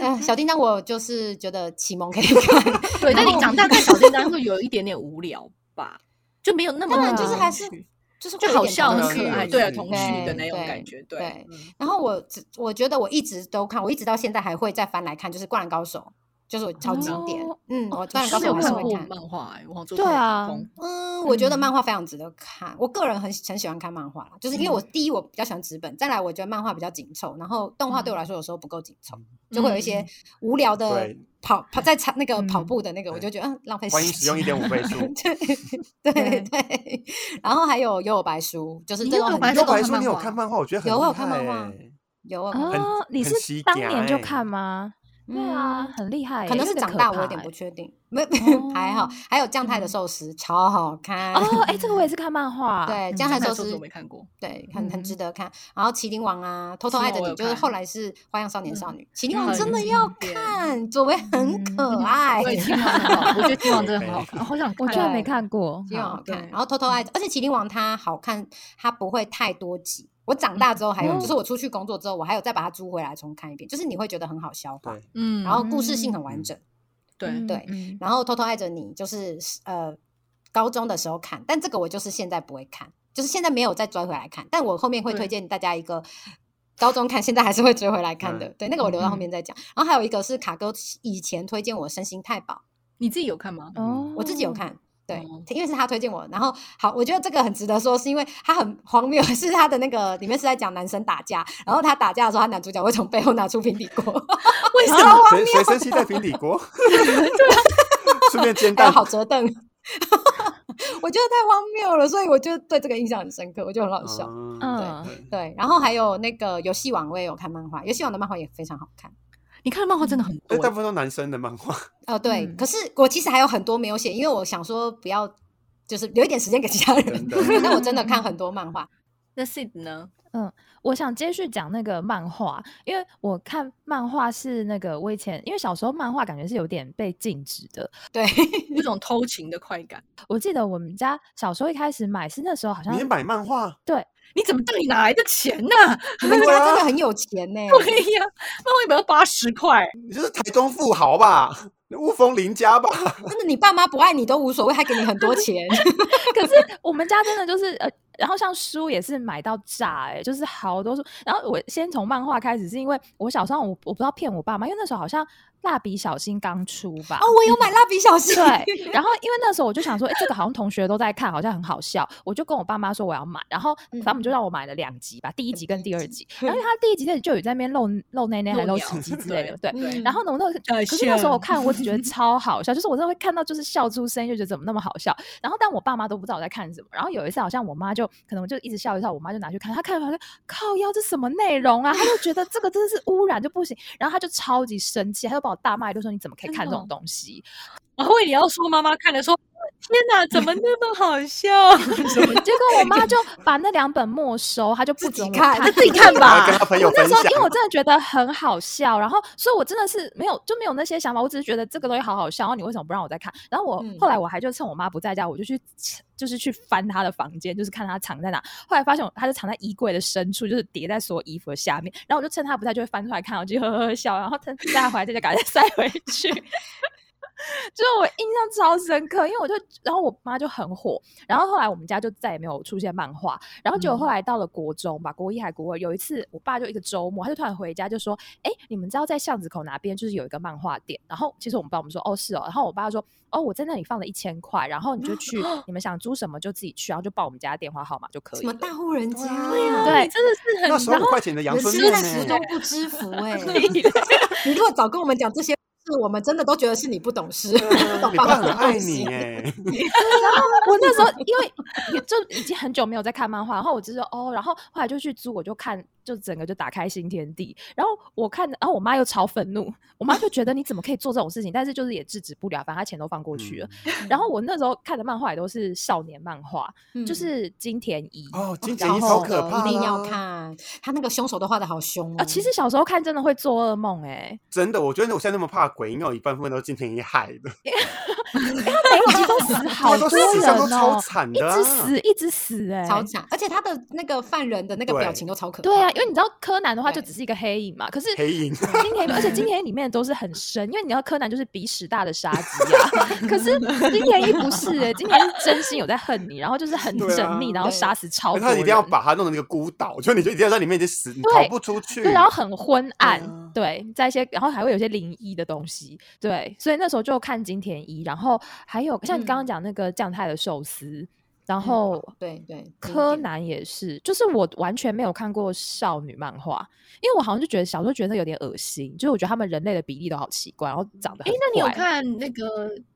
B: 呃，小叮当我就是觉得启蒙可以看，
A: 对。但
B: 然
A: 你
B: 后
A: 长大看小叮当会有一点点无聊吧，就没有那么
B: 当
D: 然
A: 的
D: 就是
A: 童
B: 还是
A: 趣
B: 就是会
A: 就
B: 有
A: 好
B: 点
A: 笑、
B: 童
A: 很
C: 童
B: 趣
A: 可爱，
C: 趣
A: 对啊，
C: 对
A: 童趣的那种
B: 对
A: 感觉，对
B: 对。嗯然后我只我觉得我一直都看，我一直到现在还会再翻来看，就是《灌篮高手》，就是我超经典。
D: 哦
B: 嗯，我《灌
A: 但
B: 篮
A: 是
B: 高
A: 高手》我
B: 手我还是
A: 看
B: 会
A: 过
B: 看。
A: 漫画、欸，我好像做
D: 对
A: 过卡
D: 啊
A: 通
B: 嗯，我觉得
D: 嗯
B: 漫画非常值得看。我个人很喜很喜欢看漫画啦，就是因为
A: 嗯
B: 我第一我比较喜欢纸本，再来我觉得漫画比较紧凑，然后动画对我来说有时候不够紧凑，就会有一些
A: 嗯
B: 无聊的
C: 对
B: 跑跑在场那个跑
D: 嗯
B: 步的那个，我就觉得嗯浪费时
C: 欢迎
B: 间。
C: 使用一点五倍速。
B: 对对对，然后还有《幽游白书》，就是
A: 你
B: 啊这
A: 幽
B: 种
A: 游
B: 很
A: 白
C: 你有
A: 书
C: 白
A: 看
C: 书，你有
A: 漫
C: 看
A: 画啊
C: 漫画，我觉得很
B: 有啊我有
C: 厉
B: 看
C: 害
B: 漫画
C: 欸
B: 有我有看
D: 哦，你
C: 很
D: 是
C: 吸
D: 当
C: 睛
D: 年就
C: 欸
D: 看吗？对啊，
B: 嗯
D: 很厉害耶，
B: 可能
D: 那
B: 是
D: 个
B: 长
D: 可
B: 大，我有
D: 怕
B: 点不
D: 欸
B: 确定，没还
D: 哦
B: 好，还有酱太的寿司超好看，
D: 哦，哎，这个我也是看漫 画，
B: 对
D: 嗯
B: 江
A: 那
B: 汉
A: 看
B: 寿
A: 的时候
B: 司
A: 我没看过，
B: 对，很很值
D: 嗯
B: 得看。然后《麒麟王》啊，《偷偷
A: 麒麟
B: 爱
A: 王
B: 着
A: 我
B: 你
A: 有》
B: 就是
A: 看
B: 后来是《花样少年少女》，《麒麟王》
A: 很
B: 真的要
A: 经典
B: 看，佐为很可
D: 嗯
B: 爱，
A: 对，金王很好，我觉得 金王真的很好看，我好想
D: 我
A: 看
D: 居然
A: 哦。
D: 没
B: 对
D: 看过，
B: 麒麟王好
A: 对
B: 看。然后《偷偷爱着》，而且《麒麟王》它好看，它不会太多集。我长大之后还有，就是我出去工作之后，我还有再把它租回来重看一遍，就是你会觉得很好消化
C: 对，
A: 嗯，
B: 然后故事性很完
C: 嗯
B: 整。
A: 对，
B: 对
D: 嗯
B: 然后偷偷爱着你就是呃高中的时候看，但这个我就是现在不会看，就是现在没有再追回来看，但我后面会
A: 对
B: 推荐大家一个。高中看，现在还是会追回来看的。对，那个我留到后
D: 嗯
B: 面再讲。然后还有一个是卡哥以前推荐我《身心太保》，
A: 你自己有看吗？
D: 哦，
B: 我自己有看，对
A: 哦，
B: 因为是他推荐我。然后好，我觉得这个很值得说，是因为他很荒谬，是他的那个里面是在讲男生打架，然后他打架的时候，他男主角会从背后拿出平底 锅，为什么？
C: 谁谁生气在平底 锅？顺便煎
B: 还有
C: 蛋。
B: 好折凳， 我觉得太荒谬了，所以我就对这个印象很深刻，我觉得很好笑。
C: 嗯，
D: 嗯，
C: 对
B: 对，然后还有那个游戏王，我也有看漫画，游戏王的漫画也非常好看。
A: 你看的漫画真的很
C: 嗯但
A: 多
C: 大
A: 欸
C: 部分都男生的漫画，
B: 哦，对，
D: 嗯
B: 可是我其实还有很多没有写，因为我想说不要，就是留一点时间给其他人
C: 真。 的
B: 那我真的看很多漫画，
A: 那 Sid 呢？
D: 我想接续讲那个漫画，因为我看漫画是那个我以前因为小时候漫画感觉是有点被禁止的，
B: 对，
A: 有一种偷情的快感。
D: 我记得我们家小时候一开始买是那时候好像
C: 你是买漫 画，啊
A: 你怎么到底哪来的钱呢、
B: 你们家真的很有钱呢、
A: 对呀，漫画一本要八十块，
C: 你就是台中富豪吧？雾峰林家吧？
B: 真的，你爸妈不爱你都无所谓，还给你很多钱。
D: 可是我们家真的就是呃，然后像书也是买到炸哎、就是好多书。然后我先从漫画开始，是因为我小时候我我不知道骗我爸妈，因为那时候好像蜡笔小新刚出吧。
B: 哦，我有买蜡笔小新，
D: 对，然后因为那时候我就想说，哎、这个好像同学都在看，好像很好笑，我就跟我爸妈说我要买，然后
B: 嗯
D: 他们就让我买了两集吧，第一集跟第二集。
B: 嗯
D: 然后因为他第一集开始就有在那边露露内内，还露
A: 尿
D: 鸡鸡之类的，对。
A: 对
B: 嗯，
D: 然后呢，我那时
A: 在
D: 候可是那时候我
A: 线
D: 看，我只觉得超好笑，就是我真的会看到就是笑出声音，就觉得怎么那么好笑。然后但我爸妈都不知道我在看什么。然后有一次好像我妈就可能我就一直笑一笑，我妈就拿去看，她看完说靠腰这什么内容啊？她就觉得这个真的是污染就不行，然后她就超级生气，她就把我大骂，就说你怎么可以
A: 真
D: 看
A: 的
D: 这种
A: 哦
D: 东西？
A: 然后你要说妈妈看了说，天哪，怎么那么好 笑？什 么
D: 结果我妈就把那两本没收，她就不
B: 自己
D: 准我
B: 看
D: 看，
B: 自己看
C: 然后
B: 吧
C: 跟他朋友
D: 我那
C: 分
D: 时候
C: 享，
D: 因为我真的觉得很好笑，然后所以我真的是没有就没有那些想法，我只是觉得这个东西好好笑，然后你为什么不让我再看？然后我、
B: 嗯
D: 后来我还就趁我妈不在家，我就去就是去翻她的房间，就是看她藏在哪。后来发现我她就藏在衣柜的深处，就是叠在所有衣服的下面。然后我 就趁她不在就会翻出来看，我就呵呵呵笑，然后她带回来再就赶快塞回去。就是我印象超深刻，因为我就，然后我妈就很火，然后后来我们家就再也没有出现漫画，然后结果后来到了国中吧，国一还国二，有一次我爸就一个周末，他就突然回家就说：“哎，你们知道在巷子口哪边就是有一个漫画店？”然后其实我们爸我们说：“哦，是哦。”然后我爸说：“哦，我在那里放了一千块，然后你就 去，你们想租什么就自己去，然后就报我们家电话号码就可
B: 什
D: 以
B: 么
D: 了。”
B: 大户人家啊，
A: 对啊
D: 对，真的是很，
C: 那时候
D: 然
C: 五
D: 后
C: 块钱的阳
B: 人
C: 春
B: 生
C: 面
B: 在其
C: 呢
B: 中？不知福哎、
D: 对
B: 你 如果早跟我们讲这些事，我们真的都觉得是你不懂事，不
D: 啊
B: 懂
C: 啊你
B: 爸
C: 爸
B: 爸
C: 很
B: 的
C: 爱
B: 东西
C: 你。哎，
D: 我那 时 候因为也就已经很久没有在看漫画，然后我就说哦，然后后来就去租，我就看，就整个就打开新天地。然后我看，然后我妈又超愤怒，我妈就觉得你怎么可以做这种事情？但是就是也制止不了，反正她钱都放过去
C: 嗯
D: 了。然后我那时候看的漫画也都是少年漫画，
B: 嗯
D: 就是金田一。
C: 哦，金
B: 小
C: 田一
B: 时
C: 超
B: 候
C: 可
B: 的
C: 怕的，
B: 一定要看。他那个凶手都画的好凶哦、
D: 啊，其实小时候看真的会做噩梦哎、
C: 真的，我觉得我现在那么怕鬼，应该有一半部分都是金田一害的，
D: 每一集都死好
C: 啊他都
D: 多
C: 死
D: 人
C: 伤都超
D: 哦，
C: 惨
D: 一
C: 的啊，
D: 直死一直死哎、
B: 超惨，而且他的那个犯人的那个
C: 对
B: 表情都超可怕。嗯
D: 对啊，因为你知道柯南的话就
B: 对
D: 只是一个黑影嘛，可是
C: 黑影。
D: 金田一，而且金田一里面都是很深，因为你知道柯南就是鼻屎大的杀鸡啊， 可是金田一不是 哎、金田一是真心有在恨你，然后就是很
C: 对啊
D: 缜密，然后
B: 对
D: 杀死超
C: 而
D: 多
C: 他
D: 人，
C: 哎一定要把他弄成一个孤岛，就你就一定要在里面已经死，你
D: 对
C: 逃不出去。
D: 对，然后很昏暗，
B: 嗯
C: 啊
D: 对，在一些，然后还会有一些灵异的东西，对，所以那时候就看金田一，然后还有像你刚
B: 嗯
D: 刚讲那个酱太的寿司，然后
B: 对对，
D: 柯
B: 经典
D: 南也是，就是我完全没有看过少女漫画，因为我好像就觉得小时候觉得有点恶心，就是我觉得他们人类的比例都好奇怪，然后长得
A: 哎
D: 很，
A: 那你有
D: 怪
A: 看那个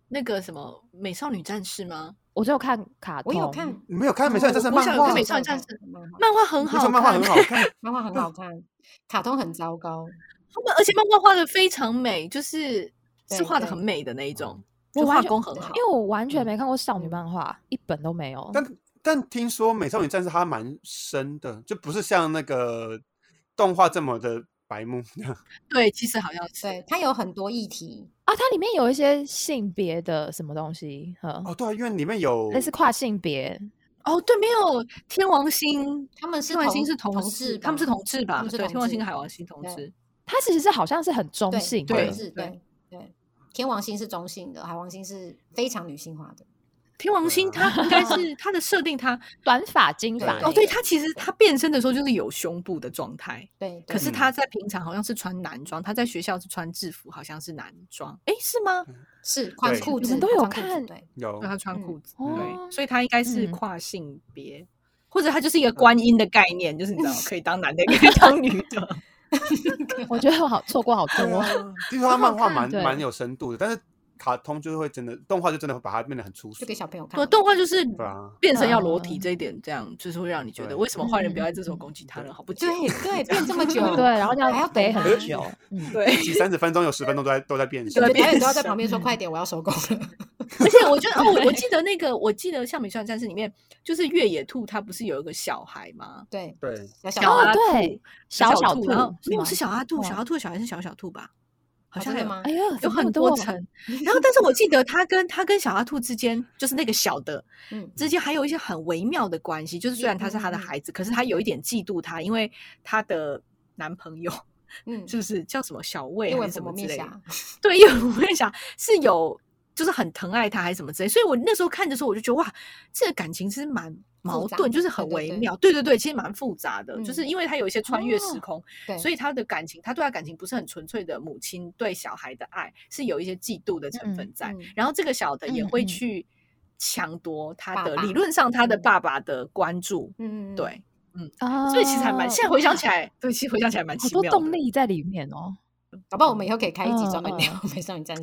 A: 那个什么《美少女战士》吗？
D: 我只有看卡通，
B: 我有看，
C: 你没有看《美少女战士》
A: 我
C: 漫
A: 想
C: 画
A: 看
C: 吗？
A: 美少女战 士
B: 漫画
A: 漫画很
C: 那时
A: 好
C: 候
A: 看，
C: 漫画很好看，
B: 漫画很好看，卡通很糟糕。
A: 他们而且漫画画的非常美，就是是
B: 对
A: 画的
B: 对
A: 很美的那一种，
D: 我
A: 就
D: 完
A: 画
D: 全
A: 工很好
D: 因。为我完全没看过少女
B: 嗯
D: 漫画，一本都没有。
C: 但但听说《美少女战士》它蛮深的，就不是像那个动画这么的白目。
A: 对，其实好像是
B: 对，它有很多议题，
D: 啊，它里面有一些性别的什么东西，呵，
C: 哦，对啊，因为里面有
D: 类似跨性别，
A: 哦，对，没有天王星，
B: 他们是
A: 天王星
B: 同
A: 是同
B: 同
A: 志，
B: 志
A: 他们是
B: 吧
A: 同志吧
B: 他？们是
A: 对，
B: 同
A: 天王星
B: 志
A: 跟海王星同
B: 对
A: 志。
D: 它其实是好像是很中
B: 对
D: 性
A: 对
D: 的
B: 同，志
A: 对
B: 对对，天王星是中性的，海王星是非常女性化的。
A: 天王
C: 对
A: 星
C: 啊
A: 它应该是它的设定， 它
D: 短发金
B: 对
D: 发那个。
A: 哦，对，它其实它变身的时候就是有胸部的状态，
B: 对，
A: 可
B: 对
A: 是
C: 嗯
A: 他在平常好像是穿男装，他在学校是穿制服，好像是男装，诶，是吗？
C: 嗯
B: 是宽
C: 对
B: 裤
D: 你
B: 子，
D: 们都有
B: 宽裤子
D: 看
B: 对，
C: 有
A: 对，他穿
B: 嗯
A: 裤子，
D: 哦
A: 对，所以他应该是
D: 嗯
A: 跨性别，或者他就是一
C: 嗯
A: 个观音的概念，就是你知道可以当男 的，也可以当女的。
D: 我觉得我好错过好
C: 对
D: 多。
C: 啊，听说它漫画
D: 看
C: 蛮
D: 对
C: 蛮有深度的，但是卡通就是会真的，动画就真的会把它变得很粗俗
B: 就。给小朋友看
A: 对，
B: 了。
A: 动画就是
C: 对啊，
A: 变身要裸体
D: 嗯
A: 这一点，这样就是会让你觉得
C: 对
A: 为什么坏人不要在这时候
B: 嗯
A: 攻击他人，好不解
B: 对对，变这么 久，
D: 对，然后
B: 还
D: 要
B: 要
D: 背
B: 等
D: 很
B: 他
D: 久，嗯，
A: 对。
C: 几三十分钟有十分钟都在都在变
B: 我
C: 身
A: 对
B: 觉得。
A: 变
B: 导演都要在
A: 身
B: 旁边说快点，我要收工了。
A: 而且我觉得，哦，我我记得那个，我记得像《美少女战士》里面，就是越野兔，它不是有一个小孩吗？
B: 对，
C: 对，
B: 小
A: 小啊
B: 孩
A: 阿
D: 哦
A: 兔
D: 对，小
A: 小
D: 兔
A: 然后，
D: 是
A: 没有
D: 吗
A: 是小阿兔，
D: 哇
A: 小阿兔的小孩是小小兔吧？好
B: 哦
A: 像
B: 真
A: 还
B: 的
A: 有
B: 吗
D: 哎？呀，
A: 有
D: 怎么那
A: 很
D: 么
A: 多
D: 多
A: 层。然后，但是我记得他跟他跟小阿兔之间，就是那个小的
B: 嗯，
A: 之间，还有一些很微妙的关系。就是虽然他是他的
B: 嗯嗯嗯
A: 孩子，可是他有一点嫉妒他，因为他的男朋友
B: 嗯，
A: 是不是叫什么小魏
B: 因
A: 还
B: 为
A: 是
B: 什
A: 什
B: 么
A: 么之
B: 面
A: 类的？
B: 侠，
A: 对，因为我在想是有就是很疼爱他还是什么之类，所以我那时候看的时候我就觉得哇，这个感情其实蛮矛
B: 杂
A: 盾，
B: 的
A: 就是很
B: 对对
A: 微
B: 对
A: 妙。对对对，其实蛮复杂的，就是
B: 嗯
A: 因为他有一些穿越时
D: 哦
A: 空，
B: 对，
A: 所以他的感情，他对他感情不是很纯粹的母亲对小孩的爱，是有一些嫉妒的成分
D: 嗯
A: 在。
B: 嗯
A: 然后这个小的也
D: 嗯
A: 会
D: 嗯
A: 去抢夺他
B: 爸
A: 的，理
B: 爸
A: 论上他的
B: 嗯
A: 爸爸的关注，
B: 嗯，嗯，
A: 对。
D: 啊，
A: 所以其实还蛮，现在回想起
D: 来，
A: 来，对，其实回想起来蛮
D: 好
A: 奇
D: 多
A: 妙
D: 动
A: 的。
D: 力在里面哦。
B: 嗯搞不好我们以后可以开一集专门
D: 嗯
B: 聊《美少女战士》。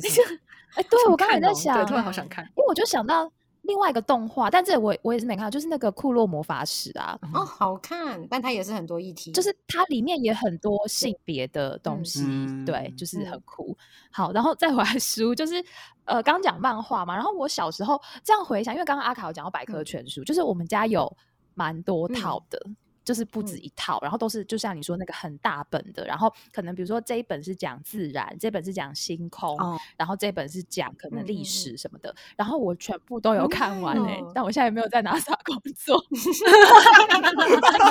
D: 哎，对
A: 想
D: 我刚才
A: 看
D: 在
A: 哦
D: 想
A: 对，，突然好想看。
D: 因为我就想到另外一个动画，但这我我也是没看到，就是那个《库洛魔法使》啊，
B: 哦，好看，但它也是很多议题，
D: 就是它里面也很多性别的东
B: 嗯
D: 西，对，
C: 嗯
D: 就是很
B: 嗯
D: 酷。好，然后再回来 书，就是呃，刚讲漫画嘛，然后我小时候这样回想，因为刚刚阿卡有讲到百科全书，就是我们家有蛮多
B: 嗯
D: 套的。就是不止一套，然后都是就像你说那个很大本的，然后可能比如说这一本是讲自然，这本是讲星空，
A: 哦
D: 然后这本是讲可能
B: 嗯嗯
D: 历
B: 嗯
D: 史什么的，然后我全部都有看完诶、
B: 哦
D: 但我现在也没有在拿 啥工作，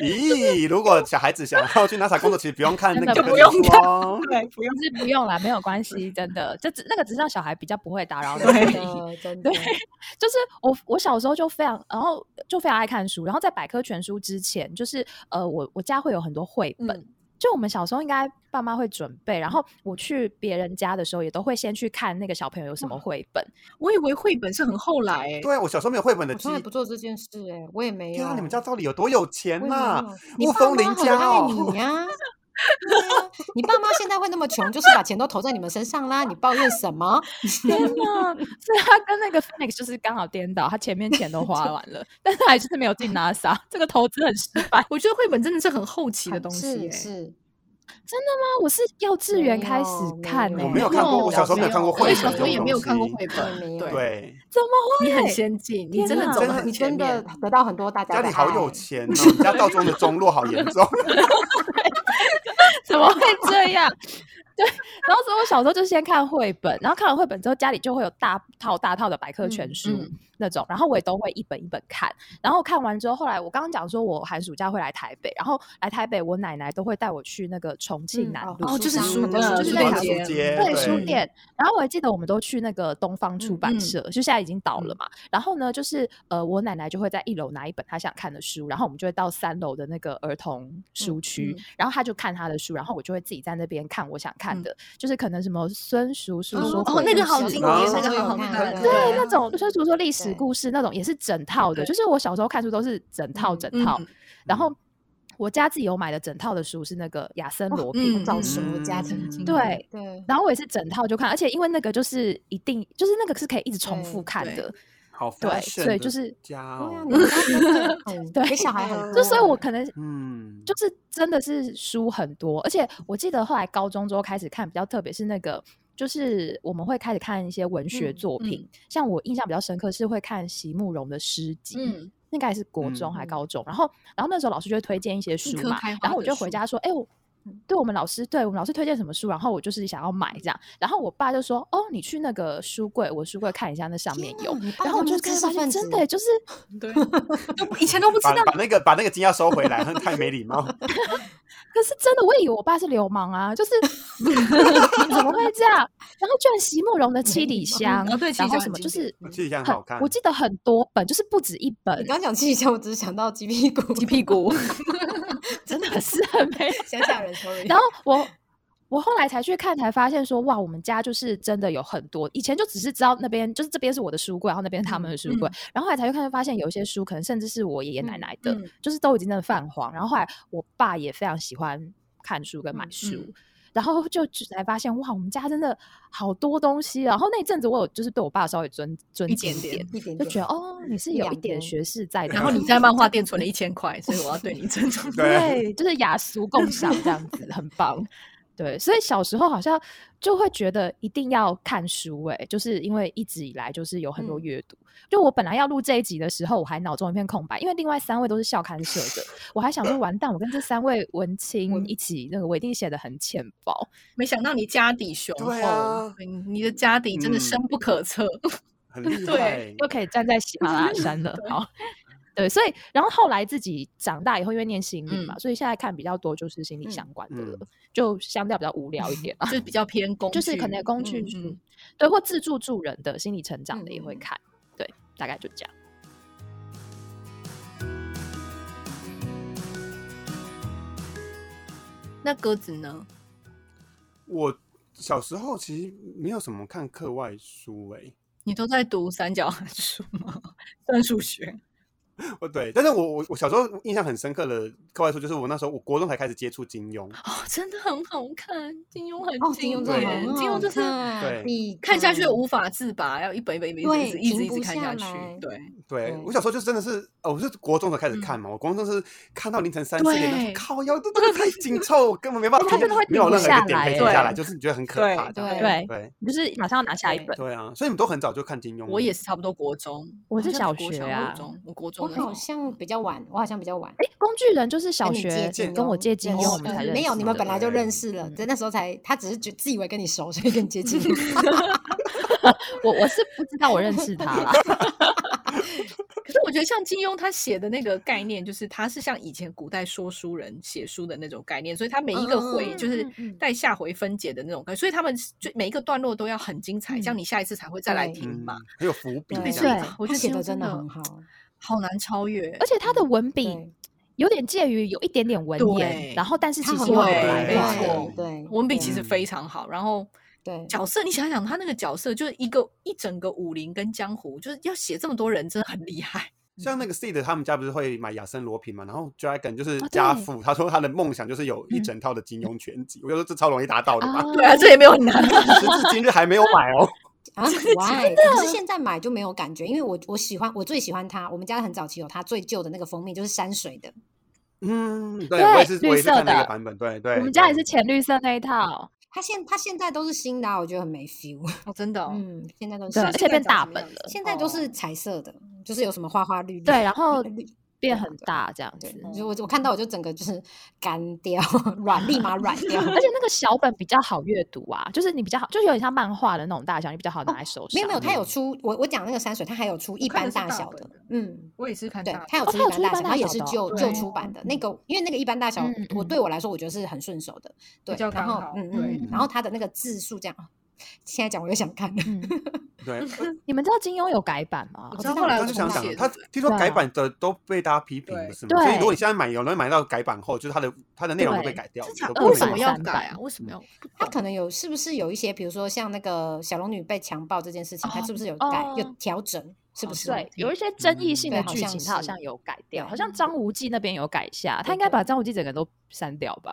C: 咦，如果小孩子想要去 NASA 工作，其实不用看
D: 真
C: 那
D: 的
C: 个
D: 不用
C: 书
A: 看
C: 哦。
A: 对，不用
D: 是不用啦，没有关系，真的，这只那个只是让小孩比较不会打扰你而
B: 真
D: 已。
B: 的真的
D: 对，就是我我小时候就非常，然后就非常爱看书，然后在百科全书之前，就是呃，我我家会有很多绘本。
B: 嗯
D: 就我们小时候应该爸妈会准备，然后我去别人家的时候也都会先去看那个小朋友有什么绘本，
A: 我以为绘本是很后来、欸，
C: 对啊，我小时候没有绘本的
B: 我
C: 记
B: 从来不
C: 忆。
B: 做这件事哎，我也没
C: 对
B: 有。
C: 啊，你们家到底有多有钱
B: 我也没
C: 呐
B: 有？你
C: 雾
B: 爸
C: 峰
B: 妈
C: 林
B: 很
C: 家
B: 爱
C: 哦
B: 你。呀、 对啊你爸妈现在会那么穷，就是把钱都投在你们身上啦。你抱怨什么？
D: 天呐！ 所以他跟那个 Phoenix 就是刚好颠倒，他前面钱都花完了，但是还就是没有进 NASA，这个投资很失 败。啊
A: 我觉得绘本真的是很后期的
B: 很
A: 东西、欸，
B: 是是，
D: 那我是幼稚园
B: 没
D: 开始
B: 有没
D: 看、
B: 有
D: 欸，
C: 我没有看过我小时候没有看过
A: 我
C: 绘
A: 也
C: 本
A: 小时候也没有看过
C: 这种
A: 绘
B: 东
A: 本，
B: 西
A: 对，
C: 对，
D: 怎么会？
A: 你很先进，你
D: 天
A: 真的
D: 哪
A: 走得
C: 真的
A: 很
B: 你
A: 前
B: 真的
A: 面。
B: 得到很多大家
C: 家
B: 的
C: 里好有
B: 爱
C: 钱哦， 你家道中的中落好严重。
D: 怎么会这样？ 对，然后所以我小时候就先看绘本，然后看完绘本之后，家里就会有大套大套的百科全
B: 嗯
D: 书、
A: 嗯
D: 那种，然后我也都会一本一本看。然后看完之后，后来我刚刚讲说，我寒暑假会来台北，然后来台北，我奶奶都会带我去那个重庆
B: 嗯
D: 南
B: 哦
D: 路、
A: 哦，就是
B: 书
A: 书
B: 商
A: 的，
D: 就是
A: 书
D: 在
A: 店
D: 卡
C: 书街对
D: 对书店。然后我还记得我们都去那个东方出版
A: 嗯
D: 社，就现在已经倒了嘛。然后呢，就是呃，我奶奶就会在一楼拿一本她想看的书，然后我们就会到三楼的那个儿童书区，
B: 嗯
D: 然后她就看她的书，然后我就会自己在那边看我想看
A: 嗯
D: 的，就是可能什么孙叔叔
A: 哦
D: 说
A: 哦
D: 鬼
A: 那个
D: 故
A: 好
D: 事
A: 经
C: 典
B: 我
C: 那
B: 小时
A: 个
B: 候有
A: 好
B: 看
A: 看对
D: 对
A: 啊
D: 那种孙叔说历史
B: 对
D: 故事那种也是整套的，
A: 对
D: 就是我小时候看书都是整套
B: 嗯
D: 整
A: 嗯
D: 套，然后。我家自己有买的整套的书是那个亚森罗
A: 嗯
D: 平
A: 嗯
B: 照书家庭
C: 嗯
B: 经
D: 对
B: 对，
D: 然后我也是整套就看，而且因为那个就是一定就是那个是可以一直重
B: 对
D: 复看
A: 对
D: 的，
C: 好
D: 对
C: fashion
D: 所以
C: 的
D: 就是
C: 家
B: 对啊，
C: 哦
B: 你，们家真的很
D: 对
B: 给小孩很
D: 就所以我
B: 多
D: 可能
C: 嗯，
D: 就是真的是书很多，而且我记得后来高中之后开始看比较特别是那个。就是我们会开始看一些文学
B: 嗯
D: 作品，像我印象比较深刻是会看席慕容的诗集，
A: 嗯，
D: 那个还是国中
B: 嗯
D: 还高中，然后然后那时候老师就会推荐一些书
A: 棵
D: 嘛
A: 开，花
D: 然后我
A: 的嗯
D: 就回家说，哎、我对我们老师对我们老师推荐什么书，然后我就是想要买这样，然后我爸就说，哦，你去那个书柜，我书柜看一下，那上面
A: 啊
D: 有，然后我就开
B: 看
D: 始发现真的欸就是
A: 对，都不以前都不知
C: 把
A: 道，
C: 把那个把那个金要收回来， 太没礼貌。
D: 可是真的，我以为我爸是流氓啊，就是 怎么会这样？然后居然席慕容的《七里香》
A: 哦对七里
D: 然后
A: 香
D: 什
A: 很
D: 么，
A: 经
D: 就是
C: 我记得很
D: 很
C: 好看
D: 我记得很多本，就是不止一
B: 你
D: 本，
B: 刚讲气球，我只是想到鸡屁股，
A: 鸡屁股，
D: 真的是很没
B: 乡下人 sorry。
D: 然后我我后来才去看，才发现说，哇，我们家就是真的有很多，以前就只是知道那边就是这边是我的书柜，然后那边是他们的书柜，
A: 嗯
D: 然后后来才去看，发现有一些书可能甚至是我爷爷奶
B: 嗯
D: 奶的，
A: 嗯
D: 就是都已经真的泛黄。然后后来我爸也非常喜欢看书跟买
B: 嗯
D: 书。
A: 嗯
D: 然后就就才发现，哇，我们家真的好多东西。啊然后那一阵子，我有就是对我爸稍微尊尊
A: 一
D: 敬
A: 点点
B: 一点
D: 就
B: 点
D: 觉得哦，你是
B: 一
D: 有一
B: 两
D: 点
B: 天
D: 学识在的。
A: 然后你在漫画店存了一千块，所以我要对你尊 重。
C: 对
D: 对，就是雅俗共赏这样子，很棒。对，所以小时候好像就会觉得一定要看书、欸，就是因为一直以来就是有很多
B: 嗯
D: 阅读。就我本来要录这一集的时候，我还脑中一片空白，因为另外三位都是校刊社的，我还想说完蛋，我跟这三位文青
B: 文
D: 一起，那个我一定写的很浅薄。
A: 没想到你家底雄厚，
C: 对啊
A: 对你的家底真的深不可测。
C: 很厉
A: 对
C: 害。
D: 又可以站在喜马拉雅山了。好，对，所以然后后来自己长大以后，因为念心理嘛，所以现在看比较多就是心理
B: 嗯
D: 相关的了，
C: 嗯
D: 就相对比较无聊一点啦。
A: 就是比较偏工具，
D: 就是可能工具
A: 嗯
D: 书，
A: 嗯
D: 对，或自助助人的心理成长的也会
B: 嗯嗯嗯
D: 看，对，大概就这样。
A: 那鸽子呢？
C: 我小时候其实没有什么看课外书欸诶、
A: 你都在读三角函数吗？ 算数学？
C: 哦对，但是我我我小时候印象很深刻的课外书就是我那时候我国中才开始接触金庸，
A: 哦，真的很好看，金庸很
B: 哦，金
A: 经
B: 庸
C: 真的
A: 典，
B: 很
A: 金
B: 好
A: 庸就是
B: 看
C: 对
B: 必
A: 看下去
B: 看
A: 无法自拔，要一本一本一本
B: 嗯对
A: 一直一直
B: 停
A: 一直
B: 不
A: 看
B: 下
A: 去
B: 来。
A: 对，
C: 对
B: 对
C: 我小时候就真的是，哦，我是国中才开始看
D: 嗯
C: 嘛，我国中是看到凌晨三四点，就
A: 对
C: 是靠腰，这这个太紧凑，我根本没办法
D: 哎它
C: 停，
D: 真的会
C: 没有
D: 停不
C: 任何一
D: 下
C: 个点可以
D: 来
C: 停下
A: 欸
C: 来，就是你觉得很可
A: 对
C: 怕这样。
B: 对
D: 对，
C: 对
D: 你就是马上要拿下一
B: 对
D: 本。
C: 对啊，所以你们都很早就看金庸吗，
A: 我也是差不多国中，
D: 我
A: 好
D: 是
A: 像
D: 小
A: 国
D: 学
A: 国
D: 啊
A: 中，我国中
B: 我
A: 欸
B: 好像比较晚，我好像比较晚。
D: 哎，工具人就是小
B: 跟你借
D: 学
B: 近
D: 跟我
B: 哦
D: 借金
B: 认
D: 庸，我
B: 识
D: 们才
B: 的
D: 认识的。
B: 没有，你们本来就
C: 对
B: 认识了，
D: 嗯
B: 在那时候才，他只是觉自以为跟你熟，所以跟你接近。
D: 我我是不知道我认识他 啦。
A: 可是我觉得像金庸他写的那个概念，就是他是像以前古代说书人写书的那种概念，所以他每一个回
B: 嗯
A: 就是
D: 嗯嗯
A: 带下回分解的那种感觉，所以他们就每一个段落都要很精彩，这样
D: 嗯
A: 你下一次才会再来
B: 对
A: 听嘛。
C: 嗯，很有伏笔
B: 对
C: 这
A: 所以
C: 样子。
D: 对
A: 我觉
B: 他
A: 得
B: 写
A: 金
B: 的
A: 庸真
B: 真的
A: 的
B: 很好，
A: 好难超越
D: 而。且他的文笔
B: 嗯对，
D: 有点介于有一点点文言，
A: 对
D: 然后但是
B: 他
D: 其
B: 很
D: 实又
A: 好
D: 很
B: 会
A: 玩
D: 来
A: 没
D: 话
A: 错
B: 对对
A: 文笔
B: 对
A: 其实非常好，然后
B: 对
A: 角色，你想想他那个角色就是一个一整个武林跟江湖，就是要写这么多人，真的很厉害。
C: 像那个 Seed 他们家不是会买雅森罗平嘛，然后 Dragon 就是
D: 啊
C: 家
D: 对嗯
C: 父，他说他的梦想就是有一整套的金庸全集，我就说这超容易达到的吧，
D: 哦
A: 对啊，这也没有很难。
C: 时至今日还没有买哦。
B: 啊，why？可是现在买就没有感觉，因为我我喜欢我最喜欢它，我们家很早期有它最旧的那个封面，就是山水的，
C: 嗯，对，
D: 对
C: 我也是，
D: 绿
C: 我也是
D: 色
C: 看那
D: 的
C: 个版本，对对。
D: 我们家也
C: 对
D: 是浅绿色那一套，
B: 它现它现在都是新的啊、我觉得很没 feel。
A: 哦，真的、哦，
B: 嗯，现在都是
D: 对，
A: 像
D: 而
A: 现
D: 且
A: 在
D: 变
A: 长
D: 大
A: 什么
D: 本
A: 样
D: 了
A: 子，
B: 现在都是
A: 哦
B: 彩色的，就是有什么花花绿绿，
D: 对，然后
B: 绿
D: 变
B: 对啊
D: 很
B: 对
D: 大这样子
B: 对，。嗯就是我我看到我就整个就是干掉，软立马软掉。
D: 而且那个小本比较好阅读啊，就是你比较好，就是有点像漫画的那种大小，你比较好拿在手上。
B: 哦没有没有，它有出我我讲那个山水，它还有出一
A: 看的
B: 般
A: 是
B: 大
A: 大
B: 小
A: 本
B: 的
A: 的，
B: 嗯，
A: 我也是看
B: 对
A: 大，
B: 它有
D: 哦
B: 出
D: 它有
B: 一
D: 出一
B: 般大小，
D: 般大
B: 它也
D: 小
B: 是
D: 的哦
B: 旧
A: 对
B: 旧出版的那个，因为那个一般大小
D: 嗯，
B: 我
D: 嗯
B: 对我来说我觉得是很顺手的，对，
A: 较
B: 然
A: 刚
B: 后
A: 好
B: 嗯
A: 对
B: 嗯嗯，然后它的那个字数这样，啊现在讲我又想看了，
D: 嗯，
C: 对，
D: 你们知道金庸有改版吗哦
A: 我？
B: 知
A: 知
B: 道
A: 道后来
C: 他
A: 我
C: 就
B: 重
C: 想
B: 买
C: 想
A: 呃写，
C: 他
A: 的
C: 听说
D: 对
C: 改
D: 啊
C: 版的都被大家批评，
A: 对
C: 不是吗？所以如果
D: 对
C: 你现在买，有人买到改版后，就是它的它的内容都被
D: 对
C: 改掉
A: 真假，
C: 都
A: 的？
C: 不
A: 为
C: 会
A: 什
C: 买
A: 么
C: 了
A: 要
D: 三
A: 改
D: 版
A: 啊？为什么要？不
B: 它
A: 懂
B: 可能有是不是有一些，比如说像那个小龙女被强暴这件事情，它
A: 哦
B: 是不是有改有
D: 哦
B: 调整？是不
A: 哦
B: 是？
D: 对，有一些争议性
B: 嗯对
D: 的
B: 好
D: 剧
B: 像
D: 情，他好
B: 是
D: 像有改掉，
B: 对嗯
D: 好像张无忌那边有改一下，他应该
B: 对
D: 把张无忌整个都删掉吧？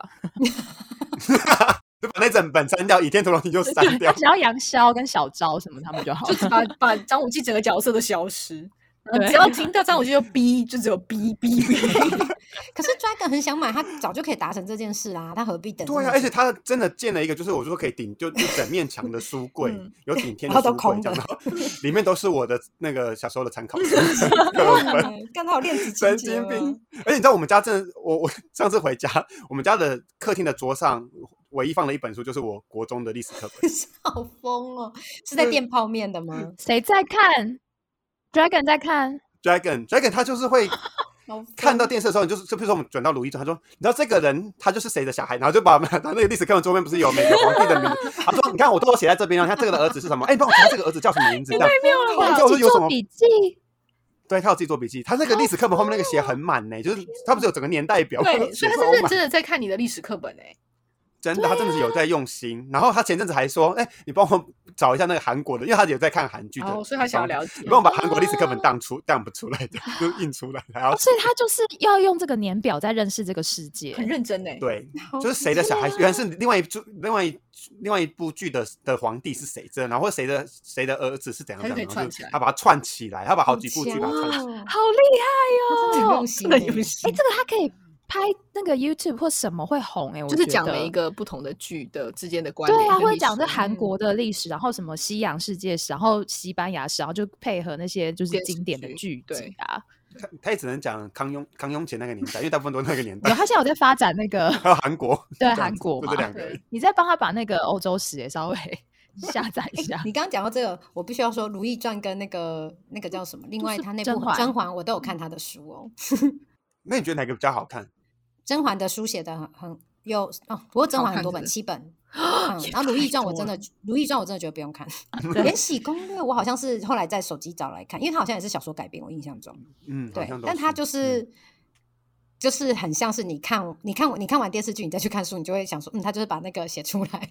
C: 就把那整本删掉，《 倚天屠龙记》就删掉
B: 啊
D: 他。只要杨逍跟小昭什么他们就好 了。
A: 把把张无忌整个角色都消 失。
D: 对
A: 你只要听到张无忌就逼，就只有逼逼 逼。
B: 可是 Dragon 很想买，他早就可以达成这件事啦，他何必等这么
C: 对
B: 久？
C: 啊，而且他真的建了一个，就是我就说可以顶，就就整面墙的书柜
A: 嗯，
C: 有顶天
B: 然后都
C: 的书柜
B: 空
C: 这样，
B: 的
C: 然后里面都是我的那个小时候的参考书 课本。
B: 啊刚好练几
C: 神经
B: 啊
C: 病！ 而且你知道我们家真的，我我上次回家，我们家的客厅的桌上唯一放了一本书，就是我国中的历史课本。
B: 好疯哦！是在
C: 对
B: 垫泡面的
C: 嗯
B: 吗？
D: 谁在看？Dragon 在看，
C: Dragon Dragon 他就是会
B: 好
C: 看到
B: 疯
C: 电视的时候，你就是就比如说我们转到鲁豫传，他说你知道这个人他就是谁的小孩，然后就把我们他那个历史课本桌面不是有每个皇帝的名字， 他说你看我都有写在这边啊，你看这个的儿子是什么，哎、你帮我查这个儿子叫什么名字，这样
D: 妙
C: 吧
D: 自
C: 我
D: 己
C: 有什
D: 做
C: 么
D: 笔记，
C: 对他有自己做笔记，他那个历史课本后面那个写很满呢、就是他不是有整个年代 表，
A: 对，所以他是认
C: 满，
A: 真的在看你的历史课本欸诶、
C: 真的他真的是有在用心，
A: 啊
C: 然后他前阵子还说，哎、你帮我找一下那个韩国的，因为他也在看韩剧的，
A: 然哦后所以他想要了解
C: 你。帮我把韩国历史课本当出当不出来的，就印出来， 然后
D: 哦所以他就是要用这个年表在认识这个世界。
A: 很认真诶、欸
C: 对，
B: 好
C: 就是谁的小孩，原来是另外一部另外一另外一部剧的的皇帝是谁这，然后或谁的谁的儿子是怎样
A: 他
C: 怎
A: 就
C: 样，
A: 可以
C: 然后
A: 串
C: 就
A: 起来
C: 他把它串起来，他把好几部剧把它串起来。
B: 哦，
D: 好厉
B: 真的很
D: 害哦
B: 用！
A: 真
B: 心
A: 的
B: 欸，
A: 有
D: 哎、
A: 心，
D: 这个他可以拍那个 YouTube 或什么会红哎、我
A: 就是
D: 觉
A: 讲了
D: 得
A: 一个不同的剧的之间的关联
D: 对
A: 跟历
D: 啊，
A: 史。
D: 或者讲这
B: 嗯
D: 韩国的历史，然后什么西洋世界史，然后西班牙史，然后就配合那些就是
A: 电视
D: 经典的剧
A: 剧对
D: 集啊。
C: 他他也只能讲康雍康雍乾那个年代，因为大部分都是那个年
D: 有，
C: 代，
D: 他现在有在发展 那个
C: 还有韩国，
D: 对
C: 这样子
D: 韩国
C: 就
D: 嘛
C: 这，两个而已。
D: 你再帮他把那个欧洲史也稍 微下载一
A: 啊
D: 下。
B: 你刚刚讲到这个，我必须要说《如懿传》跟那个那个叫什么，另外
D: 是
B: 他那部
D: 甄
B: 《
D: 嬛
B: 甄嬛》，我都有看他的书哦。
C: 那你觉得哪个比较好看？
B: 甄嬛的书写的很很有哦，不过甄
A: 好
B: 嬛
A: 看
B: 很多
A: 真
B: 本，
A: 的
B: 七 本。嗯，然后《如懿传》我真的，《如懿传》我真的觉得不用看，
C: 啊
B: 《延禧攻略》我好像是后来在手机找来看，因为它好像也是小说改编，我印象中。
C: 嗯，好
B: 对
C: 像，都
B: 但它
C: 是
B: 就
C: 嗯
B: 是、就是很像是你看你看你看完电视剧，你再去看书，你就会想说，嗯，他就是把那个写出来，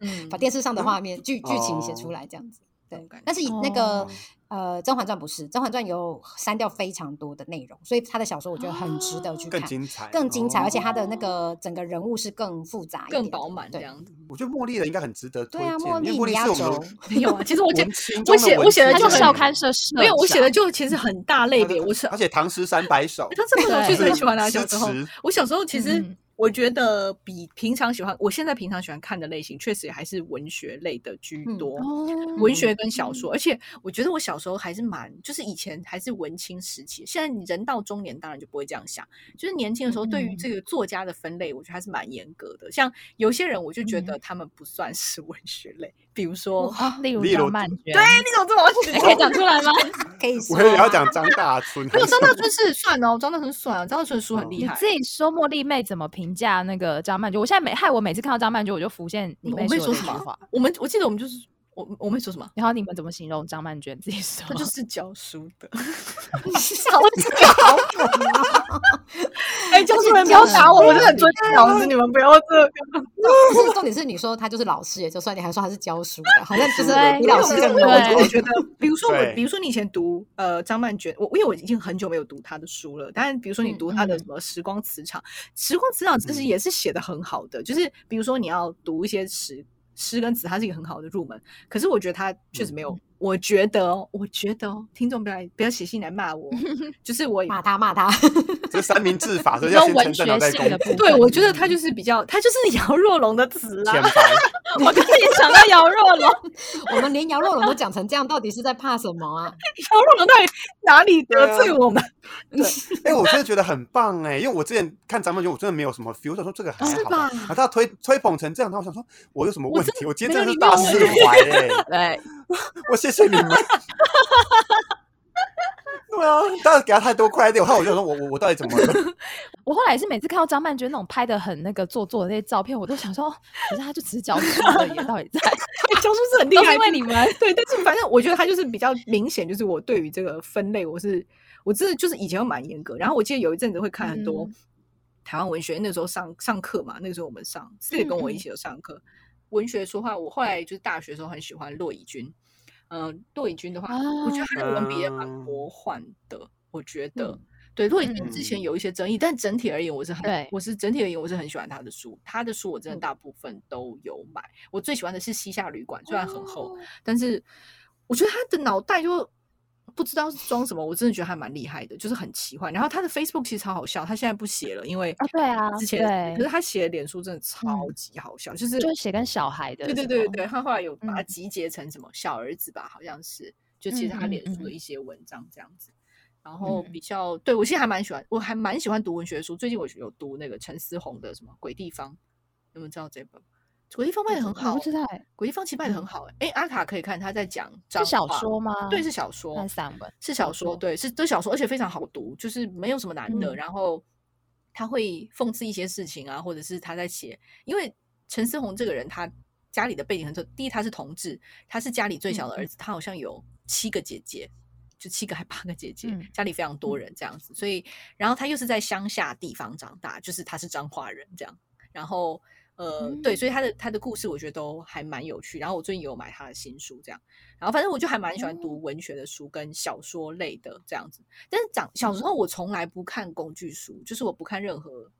A: 嗯
B: 把电视上的
C: 嗯
B: 画 面剧剧情写出
C: 哦
B: 来这样子。
A: 这
B: 对
A: 种感，
B: 但是以那个、
C: 哦
B: 呃《甄嬛传》不是，《甄嬛传》有删掉非常多的内容，所以他的小说我觉得很值得去看，
C: 更精彩，
B: 更精彩，而且他的那
C: 哦
B: 个整个人物是更复杂一点
A: 更
B: 的、
A: 饱满这
B: 对
A: 样子。
C: 我觉得茉莉的应该很值得推
B: 对啊，
C: 荐，
B: 茉
C: 因
B: 莉、
C: 为茉
B: 李
C: 莉
B: 亚
C: 是我
B: 洲
C: 们，
A: 没有啊，其实我觉
C: 文
A: 得
C: 青中
A: 我
C: 的
A: 写
C: 文
A: 我写
C: 青
A: 的
D: 他
A: 就
D: 就
A: 很
D: 校刊社啊社
A: 没有，我写的
D: 长
A: 就其实很 大类别。我是
C: 而且唐诗三百首
A: 他，这么有趣，
D: 对
A: 很喜欢他
C: 诗
A: 小时候
C: 词。
A: 我小时候其实
D: 嗯
A: 我觉得比平常喜欢，我现在平常喜欢看的类型，确实也还是文学类的居
B: 嗯
A: 多。
D: 哦，
A: 文学跟小说，而且我觉得我小时候还是蛮，就是以前还是文青时期，现在你人到中年当然就不会这样想，就是年轻的时候对于这个作家的分类，我觉得还是蛮严格的。像有些人，我就觉得他们不算是 文学类，比如说，
D: 哇例如
C: 例如
D: 张曼娟，
A: 哎，你怎么这么
D: 哎， 可以讲出来吗？
B: 可以说
C: 我也要
B: 吗
C: 讲张大春，
A: 没有张 大春是算哦，张大春算哦，张大春书很厉
D: 你
A: 害。
D: 自己说茉莉妹怎么评价那个张曼娟？我现在每害我每次看到张曼娟，我就浮现你
A: 我
D: 妹
A: 妹
D: 说
A: 说
D: 的
A: 什
D: 那句
A: 么
D: 话。？
A: 我们我记得我们就是我我妹说什么？
D: 然后你们怎么形容张曼娟？自己说
A: 她， 就是教书的，
B: 少讲，
A: 哎， 教
B: 就是
A: 书人不
B: 教
A: 要
B: 书
A: 打我，我
B: 的
A: 真的很尊敬老师，你们不要这样。
B: 不是重点是你说他就是老师也就算，你还说他是教书的，好像就是
D: 对
B: 比老师 更
D: 对
A: 我
B: 多
A: 我。觉得，比如说我，
C: 对
A: 比如说你以前读呃张曼娟，我因为我已经很久没有读她的书了，但比如说你
B: 嗯
A: 读她的
D: 嗯
A: 什么《时光磁场》，时光磁场》其实
C: 嗯
A: 也是写的很好的，就是比如说你要读一些诗诗跟词，它是一个很好的入门。可是我觉得它确实没有，我觉得哦，我觉得哦，听众不要来不要写信来骂我，就是我
B: 骂他骂他，
C: 这三明治法，所以要
D: 用
C: 先
D: 文
C: 称
D: 学
C: 赞，然后再
D: 性
C: 攻
D: 的部
C: 击
D: 分。。
A: 对我觉 得它就是比较，它就是 姚若龙的词 啊
C: 浅
A: 啦。
C: 白，
D: 我刚才也想到姚若龙，
B: 我们连姚若龙都讲成这样，到底是在怕什么啊？
A: 姚若龙到底哪里
C: 对
A: 得
C: 啊
A: 罪我们？
C: 哎、我真的觉得很棒哎、因为我之前看张曼娟，我真的没有什么 feel，我想说这个还
A: 哦是
C: 好吧，
A: 吧
C: 然后他推推捧成这样，然后我想说我有什么
A: 我
C: 问
A: 真
C: 题？我今
A: 没
C: 天真
A: 有
C: 的是
A: 你没有
C: 大
A: 问
C: 释
A: 题
C: 怀哎、
D: 对，
C: 我谢谢你们。 对啊，当然给他太多 credit，我看我就想说我我我到底怎么了？
D: 我后来也是每次看到张曼娟那种拍的很那个做作的那些照片，我都想说，哦可是她就只是教书而已，到底 在
A: 教书是很厉
D: 都是
A: 害，
D: 因为你 们。
A: 对，但是反正我觉得他就是比较明显，就是我对于这个分类，我是我真的就是以前会蛮严格，然后我记得有一阵子会看很多
D: 嗯
A: 台湾文学，那时候上上课嘛，那个时候我们上，四也跟我一起有上课。文学说话，我后来就是大学的时候很喜欢骆以军，嗯、骆以军的话，我觉得他的文笔也蛮
C: 啊
A: 魔幻的，我觉得。
D: 嗯
A: 对，骆以军之前
C: 嗯
A: 有一些争议，但整体而言，我是很
D: 对，
A: 我是整体而言，我是很喜欢他的书。他的书我真的
B: 嗯
A: 大部分都有买，我最喜欢的是《西夏旅馆》，虽然很厚，但是我觉得他的脑袋就不知道是装什么，我真的觉得还蛮厉害的，就是很奇幻。然后他的 Facebook 其实超好笑，他现在不写了，因为
D: 啊对啊
A: 之前
D: 对
A: 可是他写的脸书真的超
D: 嗯
A: 级好笑，就是
D: 就是写跟小孩的
A: 对对
D: 什
A: 对对
D: 么
A: 对，他后来有把它
D: 嗯
A: 集结成什么小儿子吧，好像是，就其实他
D: 嗯嗯
A: 脸书的
D: 嗯
A: 一些文章这样子。然后
D: 嗯
A: 比较对我现在还蛮喜欢，我还蛮喜欢读文学的书。最近我有读那个陈思宏的什么《鬼地方》，你们知道这本吗？鬼地方卖的很
D: 我
A: 好
D: 不知
A: 欸，
D: 道哎，
A: 鬼地方其实卖的很好欸。哎，阿卡可以看他在讲
D: 是
A: 脏
D: 小
A: 话
D: 说吗？
A: 对，是小说，
D: 还是散文？
A: 是小
D: 小
A: 说，
D: 说
A: 对，是这小说，而且非常好读，就是没有什么难的。
D: 嗯
A: 然后他会讽刺一些事情啊，或者是他在写，因为陈思宏这个人，他家里的背景很特，第一他是同志，他是家里最小的
D: 嗯
A: 儿子，他好像有七个姐姐。就七个还八个姐姐，
D: 嗯
A: 家里非常多
D: 嗯
A: 人这样子，所以，然后他又是在乡下地方长大，就是他是彰化人这样，然后呃，对，
D: 嗯
A: 所以他的他的故事我觉得都还蛮有趣。然后我最近有买他的新书这样，然后反正我就还蛮喜欢
D: 哦
A: 读文学的书跟小说类的这样子。但是长小时候我从来不看工具书，就是我不看任何，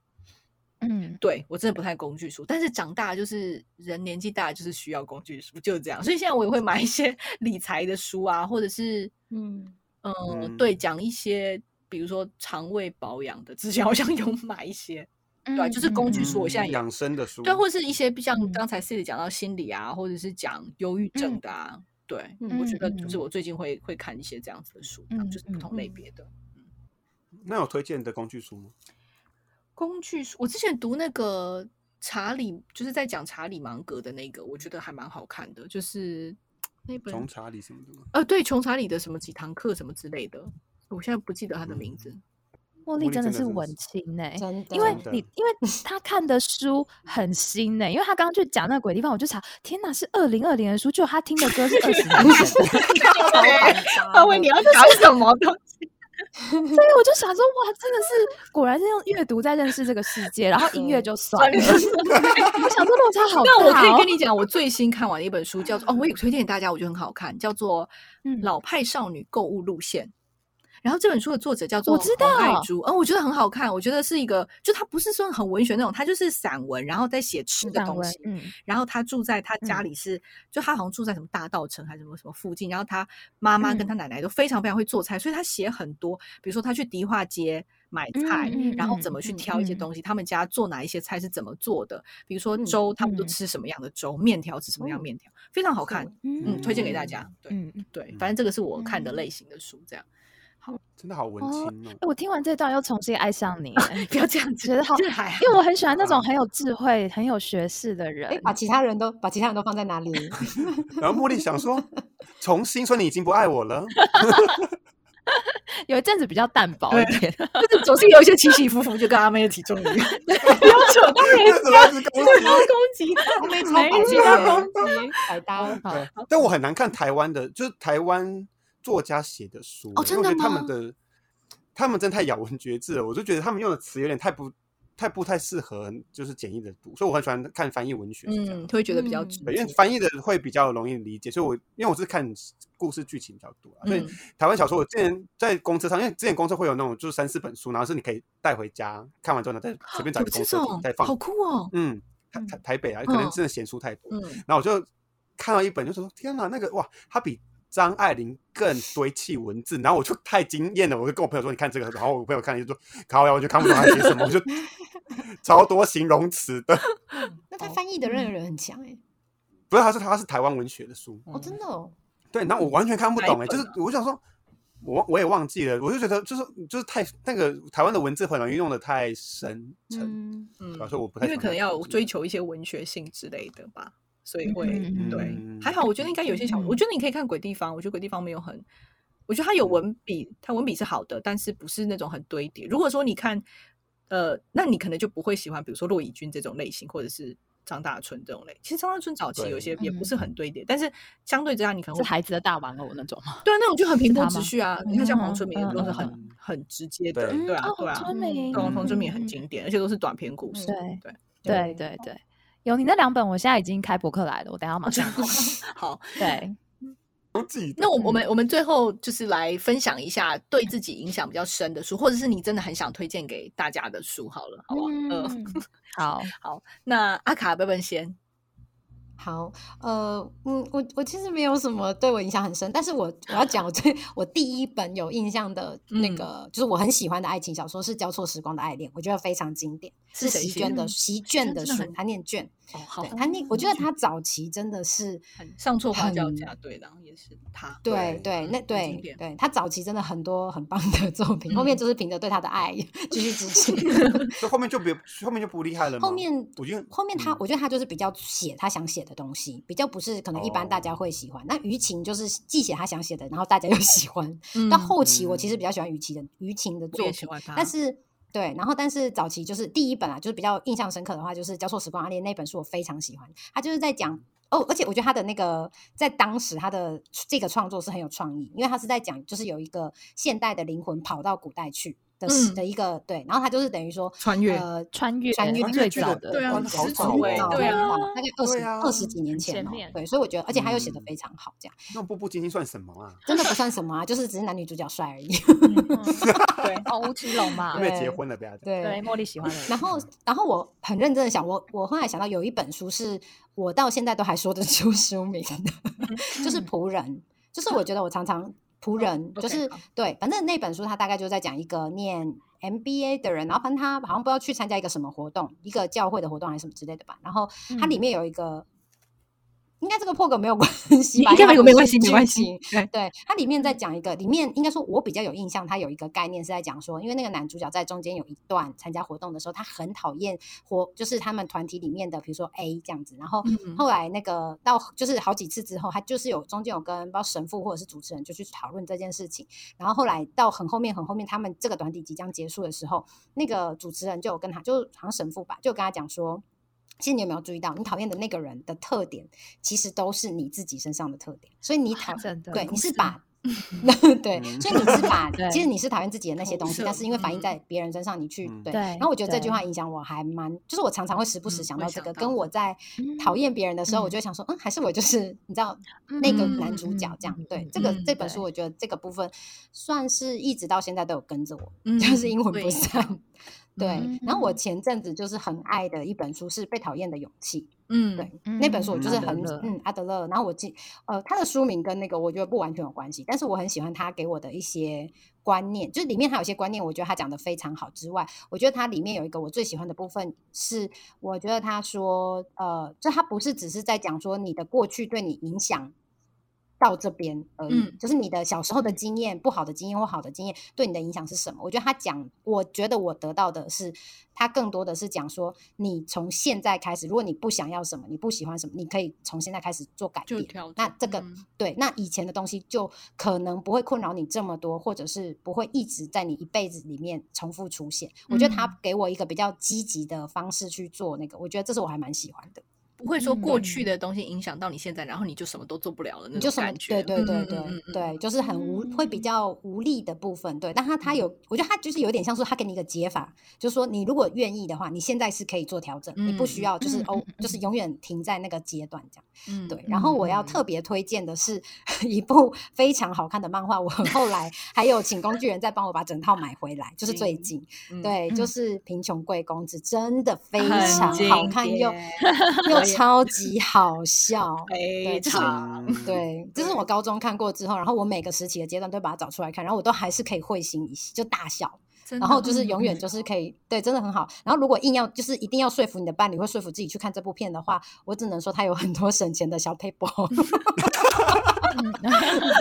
D: 嗯，
A: 对我真的不看工具书。但是长大就是人年纪大就是需要工具书，就是这样。所以现在我也会买一些 理财的书啊，或者是
B: 嗯，
A: 嗯、 呃
C: 嗯
A: 对，讲一些比如说肠胃保养的，之前好像有
D: 嗯
A: 买一些，对啊就是工具书我现在也
C: 嗯养生的书，
A: 对，或者是一些像
D: 嗯
A: 刚才 c i r 讲到心理啊，或者是讲忧郁症
D: 嗯
A: 的啊，对。
B: 嗯
A: 我觉
D: 嗯
A: 得就是
D: 嗯
A: 我最近会会看一些这样子的书，这样就是不
D: 嗯
A: 同类
B: 嗯
A: 别的
C: 那有推荐的工具书吗？
A: 工具书。我之前读那个查理，就是在讲查理芒格的那个，我觉得还蛮好看的，就是那
C: 从
A: 本
C: 查理什么的吗？
A: 呃，对，穷查理的什么几堂课什么之类的，我现在不记得他的名字。
D: 茉
C: 茉
D: 莉
C: 莉
D: 真的
C: 真的
D: 是
C: 真的
D: 文
C: 是
D: 青欸
A: 哎
D: 呢，
B: 真的，
D: 因为
C: 真的
D: 你因为他看的书很新呢、因为他刚刚去讲那个鬼地方，我就查，天哪，是二零二零的书，就他听的歌是二十 年前的，
A: 阿威，你要 讲什么东西？
D: 所以我就想说，哇，真的是果然是用阅读在认识这个世界，然后音
A: 嗯
D: 乐
B: 对
D: 就算了， 我想说落差好大、哦。
A: 那我可以跟你讲，我最新看完的一本书叫做哦，我也推荐给大家，我觉得很好看，叫做
D: 嗯
A: 《老派少女购物路线》。然后这本书的作者叫做
D: 我知
A: 黄爱
D: 道
A: 珠，嗯，我觉得很好看，我觉得是一个，就他不是说很文学那种，他就是散文，然后在写吃的
D: 散
A: 东
D: 文
A: 西。
D: 嗯，
A: 然后他住在他家
D: 嗯
A: 里是，就他好像住在什么大道城还是什么什么附近。然后他妈妈
D: 嗯
A: 跟他奶奶都非常非常会做菜，所以他写很多，比如说他去迪化街买菜，
D: 嗯
A: 然后怎么去
B: 嗯
A: 挑一些
D: 嗯
A: 东西，他们家做哪一些菜是怎么做的，比如说
B: 嗯
A: 粥他们都
D: 嗯
A: 吃什么样的粥，面条吃什么样
B: 哦
A: 的面条，非常好看，嗯，推荐给大
B: 嗯
A: 家。对
D: 嗯，嗯
A: 对，反正这个是我看的
D: 嗯
A: 类型的书，这样
C: 真的好文
D: 哦
C: 青哦。
D: 哎我听完这段又重新爱上 你欸，
A: 不要这样子，
D: 觉得好
A: 这还好
D: 因为我很喜欢那种
C: 啊
D: 很有智慧、很有学识的人
B: 哎，。把其他人都把其他人都放在哪里？
C: 然后茉莉想 说，重新说你已经不爱我了，
D: 有一阵子比较淡薄一点，
A: 就是总是有一些起起伏伏，就跟阿妹的体重一 样，不要扯到人
C: 为什么一直攻击
A: 家攻击 她。
B: 他们
D: 没
B: 超
C: 人
B: 百刀，百刀。
D: 好
C: 对，但我很难看台湾的，就是台湾作家写的书欸，
A: 哦真
C: 因为我
A: 的
C: 觉得他们
A: 吗
C: 的他们真的太咬文嚼字了，我就觉得他们用的词有点太不太不太适合，就是简易的读，所以我很喜欢看翻译文学是这样。
A: 嗯，会觉得比较
B: 嗯
A: 直
C: 对，因为
A: 接
C: 翻译的会比较容易理解，所以我因为我是看故事剧情比较多、啊，所以
A: 嗯
C: 台湾小说我之前在公车上，因为之前公车会有那种就是三四本书，然后是你可以带回家看完之后呢，再随便找一
A: 哦有
C: 个
A: 这
C: 公车停
A: 种
C: 再，
A: 好
C: 放。
A: 酷哦。
C: 嗯，台台台北啊，可能
A: 嗯
C: 真的闲书太多，
A: 嗯，
C: 然后我就看到一本，就说天哪，那个哇，他比张爱玲更堆砌文字，然后我就太惊艳了，我就跟我朋友说你看这个，然后我朋友看了就说靠呀，我就看不懂他写什么，我就超多形容词的，
B: 那他翻译的任何人很强哎，
C: 不是，他是他是台湾文学的书，
B: 哦，真的哦，
C: 对，然后我完全看
A: 嗯
C: 不
A: 哪一
C: 懂哎、就
A: 本啊
C: 是我想说。我我也忘记了，我就觉得就是就是太那个台湾的文字很容易用的太深沉，
B: 嗯，
A: 嗯
C: 对啊吧所以我不太
A: 因为
C: 喜欢
A: 可能
C: 看
A: 要
C: 文字
A: 追求一些文学性之类的吧，所以会、
D: 嗯
A: 对
C: 嗯
A: 还好。我觉得应该有些小，我觉得你可以看《鬼地方》，我觉得《鬼地方》没有很，我觉得它
D: 嗯
A: 有文笔，它文笔是好的，但是不是那种很堆叠。如果说你看，呃，那你可能就不会喜欢，比如说骆以军这种类型，或者是。张大春这种类，其实张大春早期有
C: 对
A: 些也不
D: 嗯
A: 是很堆叠，但是相对之下，你可能
D: 是
A: 会
D: 孩子的大玩偶那种吗？
A: 对啊那种就很平铺
D: 他
A: 直
D: 吗
A: 叙啊。你看像黄
D: 嗯哦
A: 春明也都是很、
C: 嗯
A: 很直接的，
C: 对
A: 对啊，对啊，
D: 聪
B: 嗯
D: 明，
A: 对啊，黄春明也很
D: 嗯
A: 经典，而且都是短篇故事。
D: 对
A: 对
D: 对对对，有你那两本，我现在已经开博客来了，我等一下马 上
A: 好，
D: 对，
C: 都记得
A: 那我我
B: 嗯
A: 们我们最后就是来分享一下对自己影响比较深的书，或者是你真的很想推荐给大家的书，好了，好不好？呃，
D: 嗯，好，
A: 好，那阿卡贝本先，
B: 好，呃，嗯，我我其实没有什么对我影响很深，但是我我要讲我最我第一本有印象的那
A: 嗯
B: 个，就是我很喜欢的爱情小说是《交错时光的爱恋》，我觉得非常经典，
A: 是谁
B: 席
A: 写
B: 卷
A: 的
B: 的席卷
A: 卷
B: 的
A: 真的
B: 书
A: 很，
B: 他念卷，
A: 哦，好
B: 对，他念，我觉得他早期真的是
A: 很上错花轿
B: 很
A: 嫁对郎也是他，
B: 对
A: 对
B: 对，那
A: 很经
B: 对
A: 典
B: 对，他早期真的很多很棒的作品，后面
A: 嗯
B: 就是凭着对他的爱继续 支持。
C: 所以后面就别后面就不厉害了吗。
B: 后面
C: 我觉得
B: 后面他，
C: 嗯
B: 我觉得他就是比较写他想写的东西，比较不是可能一般大家
C: 哦
B: 会喜欢。那于情就是既写他想写的，然后大家又喜欢。
A: 嗯
B: 到后期我其实
C: 嗯
B: 比较喜欢于情的于情的
A: 我
B: 作
A: 也
B: 品
A: 喜，欢他，
B: 但是对，然后但是早期就是第一本啊，就是比较印象深刻的话，就是《交错时光暗啊恋》那本书，我非常喜欢。他就是在讲哦，而且我觉得他的那个在当时他的这个创作是很有创意，因为他是在讲就是有一个现代的灵魂跑到古代去的时、
A: 嗯
B: 的一个对，然后他就是等于说
A: 穿越
B: 呃
D: 穿越
B: 穿越
D: 最
C: 剧
D: 早
C: 的
D: 的，
A: 对啊
C: 哇那好
A: 始
C: 早
A: 祖欸
C: 哦
A: 对啊
B: 大概二
C: 对
B: 十
C: 啊
B: 二十几年
D: 很
B: 前
D: 前
B: 哦
D: 面，
B: 对，所以我觉得，而且他又写的
C: 嗯
B: 非常好，这样
C: 那步步惊心算什么啊？
B: 真的不算什么啊，就是只是男女主角帅而已。
D: 对，哦，吴奇隆嘛
C: 因，为
B: 对
C: 结婚了，不要这样。
B: 对
D: 对，茉莉喜欢的人，
B: 然后，然后我很认真的想，我我后来想到有一本书是我到现在都还说得出 书名的，
A: 嗯
B: 就是《仆人》，就是我觉得我常常仆人，
A: 哦 OK，
B: 就是
A: 好
B: 对，反正那本书它大概就在讲一个念 MBA 的人，然后反正他好像不知道去参加一个什么活动，一个教会的活动还是什么之类的吧，然后它
A: 嗯
B: 里面有一个。应该这个破梗没有关系吧？
A: 应该没
B: 因为
A: 有
B: 它
A: 没
B: 不
A: 关
B: 是
A: 系没
B: 剧
A: 关系
B: 情，
A: 对，
B: 对，它里面在讲一个，里面应该说，我比较有印象，它有一个概念是在讲说，因为那个男主角在中间有一段参加活动的时候，他很讨厌活，就是他们团体里面的，比如说 A 这样子，然后
A: 嗯
B: 后来那个到就是好几次之后，他就是有中间有跟不知道神父或者是主持人就去讨论这件事情，然后后来到很后面很后面，他们这个团体即将结束的时候，那个主持人就有跟他，就好像神父吧，就有跟他讲说。其实你有没有注意到，你讨厌的那个人的特点，其实都是你自己身上的特点。所以你讨
D: 真的
B: 对，
D: 不
B: 你是
D: 是
B: 把对，
C: 嗯
B: 所以你是把
D: 对，
B: 其实你是讨厌自己的那些东西，
A: 投射
B: 但是因为反
A: 嗯
B: 映在别人身上，你去
C: 嗯
B: 对。
D: 对
B: 然后我觉得这句
D: 对
B: 话影响我还蛮，就是我常常会时不时
A: 嗯
B: 想
A: 会
B: 到这
A: 想
B: 个，
A: 到
B: 跟我
A: 的
B: 在
D: 嗯
B: 讨厌别人的时候，我就会想说，嗯，还是我就是 你知道
D: 嗯
B: 那个男主角这样。对，这个
A: 嗯
B: 这本
D: 对
B: 书，我觉得这个部分算是一直到现在都有跟着我，
A: 嗯
B: 就是阴魂
A: 会
B: 不
A: 影响
B: 散。对，然后我
D: 嗯
B: 前阵子就是很爱的一本书是《被讨厌的勇气》，
A: 嗯，
B: 对，那本书我
D: 嗯
B: 就是
D: 阿德
B: 很
D: 勒
B: 嗯阿德勒，然后我记呃他的书名跟那个我觉得不完全有关系，但是我很喜欢他给我的一些观念，就是里面还有一些观念，我觉得他讲的非常好之外，我觉得它里面有一个我最喜欢的部分是，我觉得他说呃，就他不是只是在讲说你的过去对你影响。到这边而已，
A: 嗯
B: 就是你的小时候的经验、不好的经验或好的经验对你的影响是什么？我觉得他讲，我觉得我得到的是，他更多的是讲说，你从现在开始，如果你不想要什么，你不喜欢什么，你可以从现在开始做改
A: 就
B: 变。
A: 调整。
B: 那这个
A: 嗯
B: 对，那以前的东西就可能不会困扰你这么多，或者是不会一直在你一辈子里面重复出现。我觉得
D: 嗯
B: 他给我一个比较积极的方式去做那个，我觉得这是我还蛮喜欢的。
A: 不会说
D: 嗯
A: 过去的东西影响到你现在，然后你就什么都做不了了那
B: 你就
A: 种
B: 什么
A: 感觉。
B: 对对对
A: 嗯
B: 对、
A: 嗯嗯嗯
B: 对，就是很无会比
D: 嗯
B: 较无力的部分。对，但他他
A: 嗯
B: 有，我觉得他就是有点像说他给你一个解法，就是说你如果愿意的话，你现在是可以做调整，你不
A: 嗯
B: 需要就是
D: 嗯
B: 哦
D: 嗯，
B: 就是永远停在那个阶段这样。
A: 嗯
B: 对，然后我要
A: 嗯
B: 特别推荐的是 一部非常好看的 漫画，我后来还有请工具人再帮我把整套买回来，就是最
A: 行
B: 近，
A: 嗯
B: 对，就
D: 嗯
B: 是《贫穷贵公子》，真的非
A: 很
B: 常好
A: 经
B: 看又
A: 典
B: 又
A: 我也
B: 超级好笑。
A: 非
B: 就是
A: 常
C: 嗯，
B: 对，这是我高中看过之后，然后我每个时期的阶段都把它找出来看，然后我都还是可以会心一笑，就大笑，
A: 真的
B: 然后就是永远
A: 嗯
B: 就是可以，对，真的很好。然后如果硬要就是一定要说服你的伴侣或说服自己去看这部片的话，我只能说它有很多省钱的小 paper。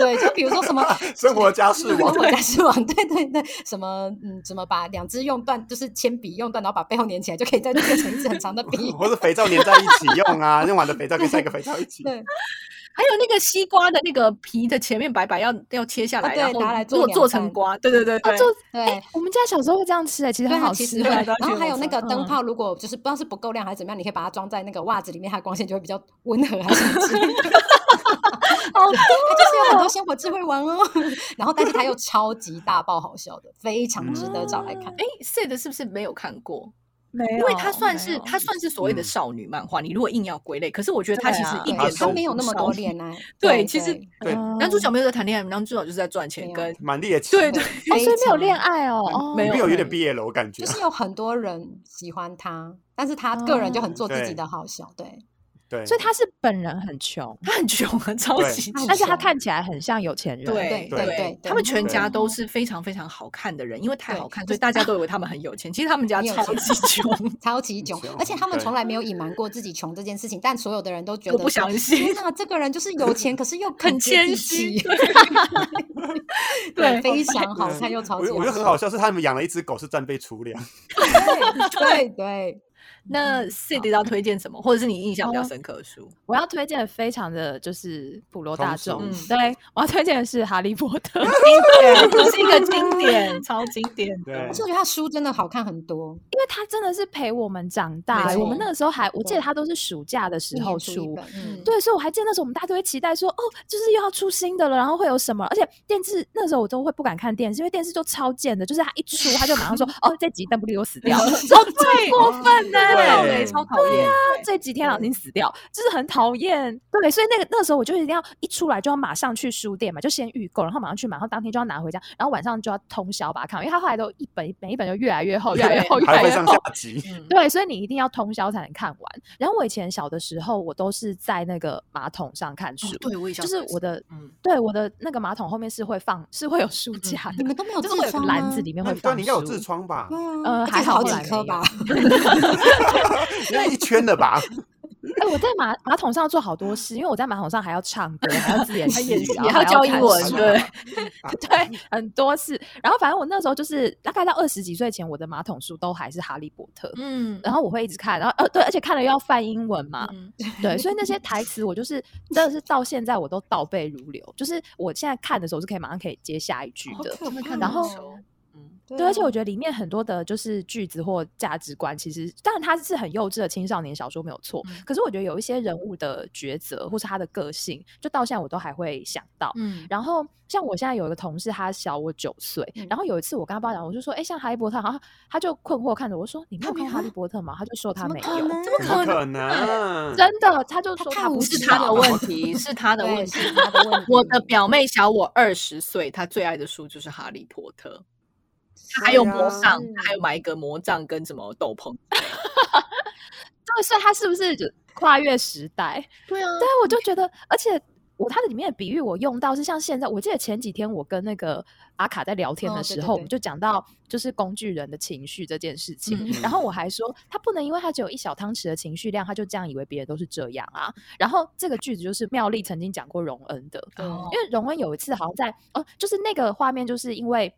B: 对，就比如说什么
C: 生活家事
B: 我
C: 网，
B: 我家是网，对对对，什么嗯，怎么把两支用断，就是铅笔用断，然后把背后粘起来，就可以再变成一支很长的笔。
C: 或是肥皂粘在一起用啊， 用完的肥皂跟下一个肥皂一起。
B: 对，
A: 还有那个西瓜的那个皮的前面白白要要切下
B: 啊
A: 来，
B: 对
A: 然后
B: 拿来
A: 如
B: 做
A: 果
B: 凉
A: 做成
B: 拌啊
A: 瓜，对对对对，
D: 做
B: 对，
D: 我们家小时候会这样吃，哎，其实
B: 对
D: 很
B: 啊，
D: 好
B: 其
D: 吃
B: 实会。
A: 对
B: 然
A: 大家
B: 后
A: 去
B: 还有
A: 网
B: 那
A: 上
B: 个灯
D: 嗯
B: 泡，如果就是不知道是不够亮还是怎么样，你可以把它装在那个袜子里面，它的光线就会比较温和，还是什么之类的。
D: 好
B: 对它就是有很多生活智慧玩哦。 然后，但是它又超级大爆好笑的，非常值得找来看。
A: 哎，Sad 是不是没有看过？
D: 没有，
A: 因为它算
D: 没
A: 是
D: 有
A: 它算是所谓的
C: 嗯
A: 少女漫画，你如果硬要归类，可是我觉得它
D: 对
A: 其实
D: 啊
A: 一
B: 对
A: 点
B: 它
A: 都
B: 没有
A: 不
B: 那么
A: 少
B: 多
A: 女
B: 恋爱。
A: 对，其实
C: 对
A: 男主角没有在谈恋爱，男主角就是在赚钱
B: 没有
A: 跟
C: 蛮猎奇，
A: 对
B: 对
A: 对，
D: 哦，所以
B: 非
D: 没有
B: 常
D: 恋爱哦，哦
A: 没
C: 里面
A: 有
C: 有有点
A: 对
C: BL 我感觉
B: 就。是有很多人喜欢他，但是他个人就很做自己
C: 对
B: 的好笑，对，
C: 对，
D: 所以他是本人很穷，
A: 他很穷啊，超
C: 对
A: 级
B: 很
D: 但是他
B: 穷
D: 看起来很像有钱人。
A: 对
B: 对对
A: 他们
B: 对
A: 全家都
D: 哦
A: 是非常非常好看的人，因为太
B: 对
A: 好看，
B: 就
A: 所以
B: 是
A: 大家都以为他们很有钱，其实他们家
B: 很有
A: 超
B: 钱
A: 级穷，
B: 超级穷，而且他们
C: 对
B: 从来没有隐瞒过自己穷这件事情，但所有的人都 觉
A: 都
B: 得
A: 不相
B: 说
A: 信
B: 天哪，这个人就是有钱，可是又
A: 很
B: 接
A: 谦
B: 地
A: 虚
B: 气
A: 对
B: 对，非常好看又超
C: 我
B: 级
C: 觉得我觉得很好笑，是他们养了一只狗是战备厨粮，
B: 笑，对对对，
A: 那 Sid 要推荐什么，或者是你印象比较
D: 哦
A: 深刻的书？
D: 我要推荐的非常的就是普罗
C: 通
D: 大
C: 俗
D: 众，
A: 嗯
D: 对我要推荐的是《哈利波 特》。
A: 对，这是一个 经典，超经典的
C: 对
B: 而且我觉得他书真的好看很多，
D: 因为他真的是陪我们长大、
A: 没
D: 欸。我们
B: 错
D: 那个时候还，我记
B: 对
D: 得他都是暑假的时
B: 一
D: 候
B: 年出一
D: 出
B: 本，，
A: 嗯
B: 嗯，
D: 对，所以我还记得那时候我们大家都会期待说，哦，就是又要出新的了，然后会有什么？而且电视那时候我都会不敢看电视，因为电视就超贱的，就是他一出他就马 上说，哦，这集邓布利多死掉了，哦，最过分呢、
C: 对
A: 暴雷超讨厌。
D: 这几天老金死掉，就是很讨厌。对，所以那个那个时候我就一定要一出来就要马上去书店嘛，就先预购，然后马上去买，然后当天就要拿回家，然后晚上就要通宵把它看完，因为它后来都一本每一本就越来越厚，越来越 厚，越
C: 还
D: 来
C: 会
D: 越
C: 上
D: 厚
C: 下。集。
A: 嗯，
D: 对，所以你一定要通宵才能看完。然后我以前小的时候，我都是在那个马桶上看书，
A: 哦对，我也想
D: 就是
A: 说
D: 我的
A: 嗯，
D: 对我的那个马桶后面是会放，是会有书架
B: 嗯你
D: 的，
B: 们都没有
D: 就是会
B: 痔
D: 有
B: 疮
D: 篮
B: 吗？
D: 子里面
C: 那
D: 会
C: 你对啊，
D: 放
C: 你应该有
D: 书。
C: 痔疮吧？
B: 对啊，
D: 呃
B: 而且
D: 还
B: 是
D: 好
B: 好
D: 后
B: 几
D: 来
B: 颗
D: 没有
B: 吧，
C: 应该一圈的吧？
D: 哎、我在马 马桶上做好多事，因为我在马桶上还要唱歌，还要自言
A: 还
D: 自
A: 演
D: 语
A: 戏，，
D: 然后
A: 还要教
D: 看
A: 英文，
D: 书
A: 对，
D: 对，很多事。然后反正我那时候就是大概到二十几岁前，我的马桶书都还是《哈利波特》
A: 嗯
D: 然后我会一直看，然后呃对，而且看了又要翻英文嘛，
A: 嗯
D: 对，所以 那些台词我就是真的是到现在我都倒背如流，就是我现在看的时候是可以马上可以接下一句
A: 好
D: 的。
A: 可
B: 真的
A: 怕
B: 看
D: 得
A: 然
D: 很
A: 后
B: 熟
A: 嗯
D: 对，而且我觉得里面很多的就是句子或价值观，其实当然它是很幼稚的青少年小说没有错，可是我觉得有一些人物的抉择或是他的个性，就到现在我都还会想到。
A: 嗯，
D: 然后像我现在有一个同事，他小我九岁，
A: 嗯
D: 然后有一次我跟他爸讲，我就说，哎、像哈利波特，然后他就困惑看着我说，你没有
A: 他没
D: 看过哈
A: 有
D: 利波特吗？他就说他
B: 怎么
D: 没
B: 可
D: 有，
B: 能
A: 怎么
C: 怎
A: 可
C: 么
A: 能？
C: 可能？啊
D: 真的，他就
B: 他
D: 说
B: 太
D: 他
B: 无
D: 不啊
B: 知
A: 是
D: 知
A: 他 的
D: 道
A: 问题，是他的问
B: 对，
A: 题。
B: 是他的问题。
A: 我的表妹小我二十岁，她最爱的书就是《哈利波特》，她还有
C: 对
A: 魔
C: 啊
A: 杖，她还有买一个魔杖跟什么斗篷。
D: 对，所以他是不是就跨越时代？
A: 对啊，
D: 对，我就觉得，而且我它的里面的比喻我用到是像现在，我记得前几天我跟那个阿卡在聊天
B: 哦
D: 的
B: 对
D: 时
B: 对
D: 候，我们
B: 对
D: 就讲到就是工具人的情绪这件事情，
A: 嗯
D: 然后我还说他不能因为他只有一小汤匙的情绪量，他就这样以为别人都是这样啊。然后这个句子就是妙丽曾经讲过荣恩的，
B: 对
A: 哦
D: 因为荣恩有一次好像在哦，就是那个画面，就是因为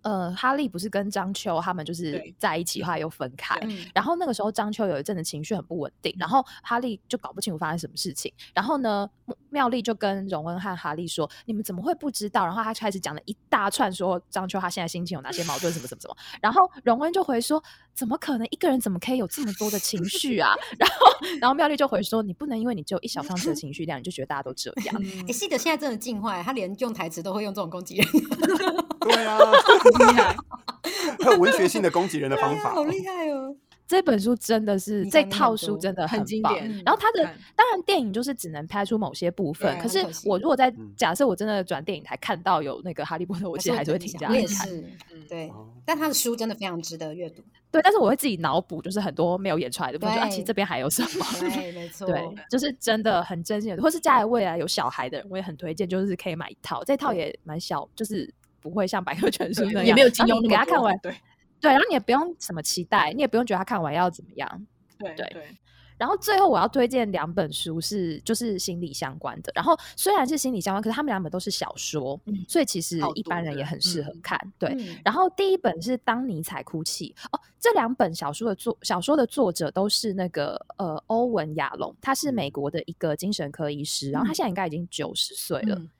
D: 呃，哈利不是跟张秋他们就是
A: 对
D: 在一起，后来又分开
A: 对。
B: 嗯
D: 然后那个时候张秋有一阵子情绪很不稳定，然后哈利就搞不清楚发生什么事情。然后呢，妙妙丽就跟荣恩和哈利说：“你们怎么会不知道？”然后他开始讲了一大串说张秋他现在心情有哪些矛盾，什么什么什么。然后荣恩就回说：“怎么可能？一个人怎么可以有这么多的情绪啊？” 然后，然后妙丽就回说：“你不能因为你只有一小汤匙的情绪量，你就觉得大家都这样。”
A: 嗯
B: 哎、西德现在真的进化，他连用台词都会用这种攻击人，
C: 对啊，
A: 厉害，
C: 还有文学性的攻击人的方
B: 对啊
C: 法
B: 好
C: 哦，
B: 厉害哦！
D: 这本书真的是
B: 你
D: 这
B: 看你很
D: 套书
B: 多
D: 真的
A: 很
D: 很
A: 经
D: 棒
A: 典
B: 嗯
D: 然后它的
A: 看
D: 当然电影就是只能拍出某些部分，
B: 对
D: 可
B: 很
D: 是
B: 可惜
D: 我如果在
C: 嗯
D: 假设我真的转电影台看到有那个哈利波特，我其实还是会
B: 等一
D: 停
B: 下
D: 下
B: 我
D: 来
B: 也
D: 看。
B: 是
A: 嗯，
B: 对。
C: 哦
B: 但他的书真的非常值得阅读，
D: 对，但是我会自己脑补，就是很多没有演出来的部分，就啊，其实
B: 对
D: 这边还有什么？
B: 对，没错，
D: 对，就是真的很真心的，或是家里未来有小孩的人，我也很推荐，就是可以买一套，这套也蛮小，就是不会像百科全书那样，
A: 也没有
D: 然
A: 金
D: 后
A: 庸
D: 你
A: 那
D: 给
A: 么
D: 他看
A: 多
D: 完，
A: 对
D: 对，然后你也不用什么期待，你也不用觉得他看完要怎么样，
A: 对
D: 对
A: 对，
D: 然后最后我要推荐两本书是就是心理相关的，然后虽然是心理相关，可是他们两本都是小说，
A: 嗯
D: 所以其实
A: 好读
D: 一般人
A: 的
D: 也很适合
A: 嗯
D: 看。对，
B: 嗯
D: 然后第一本是《当尼采哭泣》哦，这两本小说的作小说的作者都是那个呃欧文亚龙，他
A: 嗯
D: 是美国的一个精神科医师，然后他现在应该已经九十岁了，
A: 嗯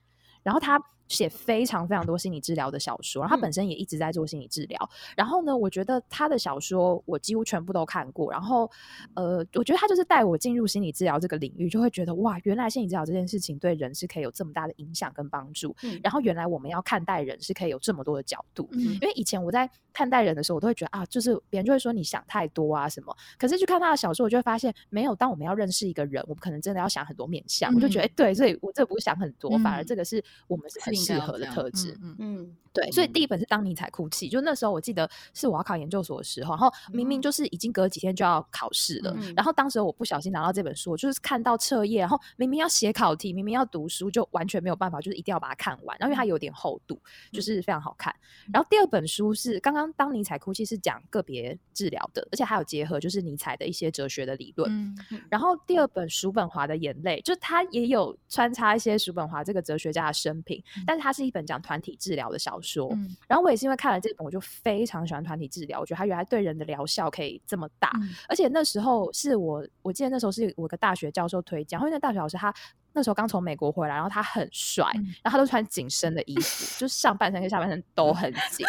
D: 然后他写非常非常多心理治疗的小说，然后他本身也一直在做心理治疗。然后呢，我觉得他的小说我几乎全部都看过。然后，呃，我觉得他就是带我进入心理治疗这个领域，就会觉得哇，原来心理治疗这件事情对人是可以有这么大的影响跟帮助。
B: 嗯
D: 然后，原来我们要看待人是可以有这么多的角度。
A: 嗯
D: 因为以前我在看待人的时候，我都会觉得啊，就是别人就会说你想太多啊什么。可是去看他的小说，我就会发现，没有。当我们要认识一个人，我们可能真的要想很多面向。我就觉得，哎、对，所以我这不是想很多，反而
A: 嗯
D: 这个是我们是很
A: 应该
D: 适
A: 要
D: 合
A: 这
D: 的
A: 样
D: 特质。，
A: 嗯嗯
B: 嗯，
D: 对，所以第一
C: 嗯
D: 本是《当尼采哭泣》，就那时候我记得是我要考研究所的时候，然后明
A: 嗯
D: 明就是已经隔几天就要考试了，
B: 嗯
D: 然后当时我不小心拿到这本书，我就是看到彻夜，然后明明要写考题，明明要读书，就完全没有办法，就是一定要把它看完，然后因为
A: 嗯
D: 它有点厚度，就是非常好看。然后第二本书是刚刚《当尼采哭泣》是讲个别治疗的，而且还有结合就是尼采的一些哲学的理论。
A: 嗯
D: 然后第二本叔本华的眼泪，就是他也有穿插一些叔本华这个哲学家的生平，但是它是一本讲团体治疗的小说。
A: 嗯
D: 然后我也是因为看了这本，我就非常喜欢团体治疗，我觉得它原来对人的疗效可以这么大。
A: 嗯
D: 而且那时候是我，我记得那时候是我一个大学教授推荐，然后因为那大学老师他那时候刚从美国回来，然后他很帅，
A: 嗯
D: 然后他都穿紧身的衣服，就是上半身跟下半身都很 紧。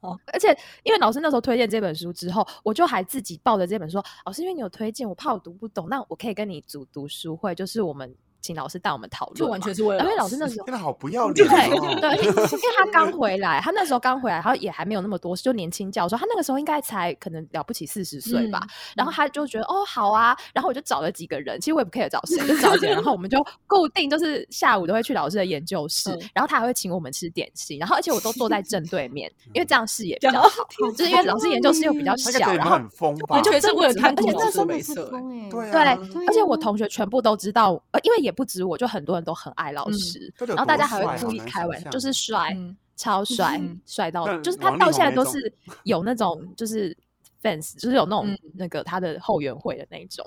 D: 哦，而且因为老师那时候推荐这本书之后，我就还自己抱着这本说，老师因为你有推荐，我怕我读不懂，那我可以跟你组读书会，就是我们请老师带我们讨论嘛，啊
A: 就完全是为了
D: 然后因为老师那时候
C: 天哪，好不 要
D: 对
C: 脸
D: 对，
C: 哦！
D: 而且因为他刚回来，他那时候刚回来，然后也还没有那么多事，就年轻教授，他那个时候应该才可能了不起四十岁吧。然后他就觉得哦好啊，然后我就找了几个人，其实我也不 care 找谁，就找几个人，然后我们就固定就是下午都会去老师的研究室，
A: 嗯
D: 然后他还会请我们吃点心，然后而且我都坐在正对 面，
C: 嗯
D: 因为这样视野比
A: 这
D: 较
A: 样
D: 好，就是因为老师研究室又比较
C: 他应
D: 小
C: 该，觉得你
D: 然
C: 们
D: 后
C: 很疯吧？
A: 完全是为了贪
D: 而
A: 图
D: 且
A: 老
D: 这
B: 那
A: 师
B: 真
A: 美
B: 的是
A: 色，哎
B: 疯哎，
C: 对
D: 对
C: 啊，
D: 而且我
B: 啊
D: 同学全部都知道，呃，因为也不止我，就很多人都很爱老
A: 嗯
D: 师，
C: 到底有
D: 然后大
C: 多
D: 家还
C: 帅
D: 会
C: 啊
D: 故意
C: 难
D: 开
C: 想
D: 玩，就
C: 象
D: 是帅，
A: 嗯
D: 超帅，
A: 嗯
D: 帅到
C: 但
D: 就是他
C: 王力
D: 到
C: 宏
D: 现在
C: 那
D: 都
C: 种
D: 是有那种就是 fans，就是有那种、
A: 嗯
D: 那个他的后援会的那一种。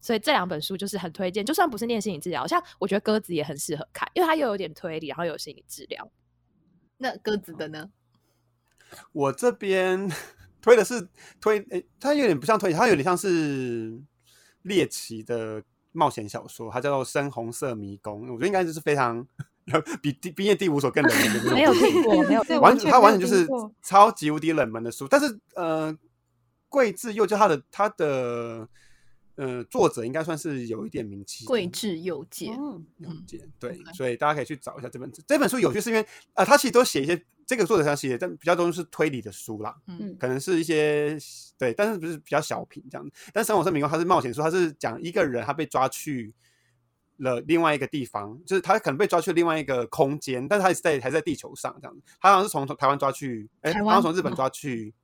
D: 所以这两本书就是很推荐，就算不是念心理治疗，像我觉得鸽子也很适合看，因为它又有点推理，然后又有心理治疗。
A: 那鸽子的呢？
C: 我这边 推的是推，诶、它有点不像推理，它有点像是猎奇的冒险小说，它叫做《深红色迷宫》，我觉得应该就是非常 比第毕业第五所更冷门的那种
D: 没有
C: 书
D: 听过，没有
B: 对
D: 听
B: 我
D: 过
C: 完
B: 全
C: 全它
B: 没
C: 完
B: 有
C: 全就
B: 听
C: 是
B: 过
C: 超级无敌冷门的书，但是呃，桂智又就他的他的呃作者应该算是有一点名气的，
A: 桂智又介，
B: 嗯，
C: 了
A: 嗯
C: 解，对，所以大家可以去找一下这本这本书，有趣是因为呃，他其实都写一些这个作者他写的，但比较多是推理的书啦，
A: 嗯
C: 可能是一些对，但是不是比较小品这样子。但《三火生明光》它是冒险书，它是讲一个人他被抓去了另外一个地方，就是他可能被抓去另外一个空间，但是他还是在还在地球上这样子。他好像是从从台湾抓去，哎、
A: 台
C: 好
A: 湾
C: 像从日本
A: 哦
C: 抓去。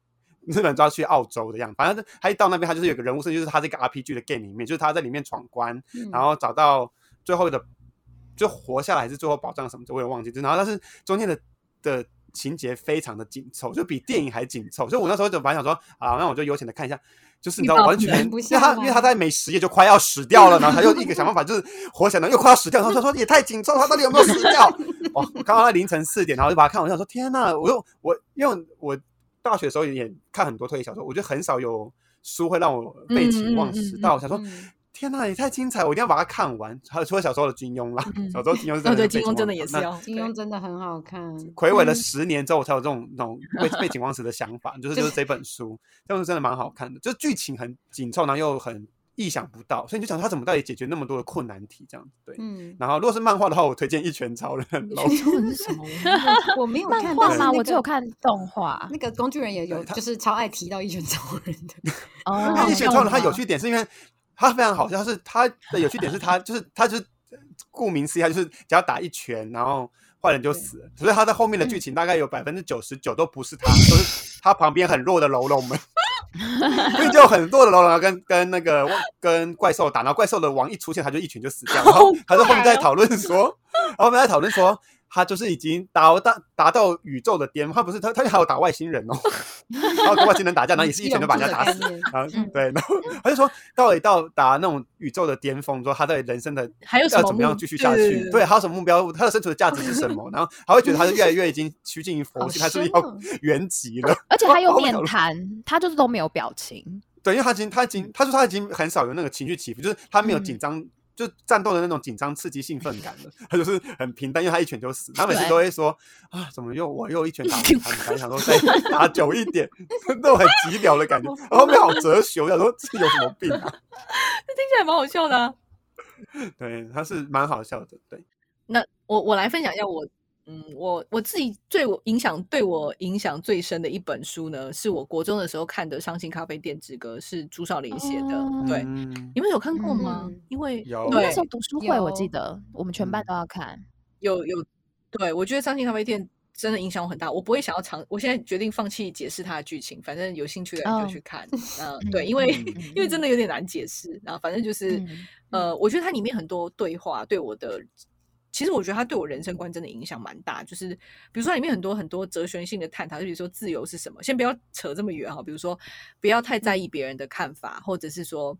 C: 日本抓去澳洲的样子，反正他一到那边，他就是有个人物设定，就是他这个 RPG 的 game 里面，就是他在里面闯关，
A: 嗯
C: 然后找到最后的就活下来，还是最后保障什么的，我也忘记。然后但是中间的的情节非常的紧凑，就比电影还紧凑。所以我那时候就本来想说啊，那我就悠闲的看一下，就是你知
A: 预
C: 道
A: 报
C: 完
A: 不
C: 全，
B: 不
C: 因
B: 下
C: 为他
B: 来
C: 因为他在每十页就快要死掉了，然后他又一个想办法就是活下来，又快要死掉，然后他说也太紧凑，他到底有没有死掉？哦，我刚刚在凌晨四点，然后就把它看完，我想说天呐，我又我因为我大学的时候也看很多推理小说，我觉得很少有书会让我废寝忘食
A: 嗯嗯嗯
C: 到，我想说。
B: 嗯
C: 天呐，也太精彩！我一定要把它看完。还有除了小时候的金庸啦，
A: 嗯
C: 小时候金庸是真
A: 哦，
C: 的
A: 对，
C: 被
A: 金
C: 情
A: 庸
C: 忘
A: 真的
C: 掉
A: 也是哦
C: 那
A: 要
B: 金庸真的很好看，
C: 暌违了十年之后，我才有这种那种被被景忘词的想法，就是就是这本书，这本书真的蛮好看的，就剧情很紧凑，然后又很意想不到，所以你就想说他怎么到底解决那么多的困难题这样子对。
B: 嗯，
C: 然后如果是漫画的话，我推荐《一拳超 人》咯。
A: 全文是 什么？
B: 我没有
D: 漫
B: 看
D: 画
B: 但是
D: 吗？
B: 那
D: 我只有
B: 个
D: 看动画
B: 那个工具人也有，
C: 对他
B: 就是超爱提到一拳超人的，
D: 哦
C: 他
B: 好
C: 一拳超人，他
B: 看
C: 有趣点是因为他非常好笑，是他的有趣点是他就是他就是顾名思义，他就是只要打一拳，然后坏人就死了。所以他在后面的剧情大概有百分之九十九都不是他，都是他旁边很弱的喽啰们。 所以就有很弱的喽啰，然后跟跟那个跟怪兽打，然后怪兽的王一出现，他就一拳就死掉。然后他在后面在讨论说，然后我们在讨论说。他就是已经达到达到宇宙的巅峰，他不是他他还有打外星人哦， 然后跟外星人打架，然后也是一拳就把人家打死
B: 一，龙珠的概念
C: 啊，
A: 嗯
C: 对，然后他就说，到底到达那种宇宙的巅峰之后，他对人生的
A: 还有什
C: 要
A: 么
C: 怎么样
A: 目
C: 继续下
A: 对对
C: 去？
A: 对
C: 对，啊他有什么目标？他的生存的价值是什么？然后他会觉得他是越来越已经趋近于佛
B: 好
C: 系，他是
B: 深
C: 要
B: 哦
C: 原籍了。
D: 而且他又
C: 我
D: 面瘫，他就是都没有表情。
C: 对，因为他已经，他已经，他说他已经很少有那个情绪起伏，就是他没有
A: 嗯
C: 紧张，就战斗的那种紧张、刺激、兴奋感了。他就是很平淡，因为他一拳就死。他每次
D: 对
C: 都会说啊，怎么又我又一拳打死他们？他想说再打久一点， 那种很急聊的感 觉。然后后面好哲学，我想说这有什么病啊？
A: 听起来蛮好笑的啊。
C: 对，他是蛮好笑的，对。
A: 那我我来分享一下我，嗯，我我自己最我影响对我影响最深的一本书呢，是我国中的时候看的《伤心咖啡店之歌》，是朱少林写的。对，
C: 嗯
A: 你们有看过吗？
B: 嗯
A: 因为
C: 有
D: 我们
A: 对
D: 那时候读书会，我
B: 有
D: 记得我们全班
C: 哦嗯
D: 都要看。
A: 有有，对我觉得《伤心咖啡店》真的影响我很大，我不会想要尝，我现在决定放弃解释它的剧情，反正有兴趣的人
D: 哦
A: 就去看。嗯、对，因为、
D: 嗯
A: 因为真的有点难解释，然后反正就是。
D: 嗯
A: 呃，我觉得它里面很多对话对我的，其实我觉得它对我人生观真的影响蛮大。就是比如说它里面很多很多哲学性的探讨，就比如说自由是什么，先不要扯这么远哈。比如说不要太在
D: 嗯
A: 意别人的看法，或者是说，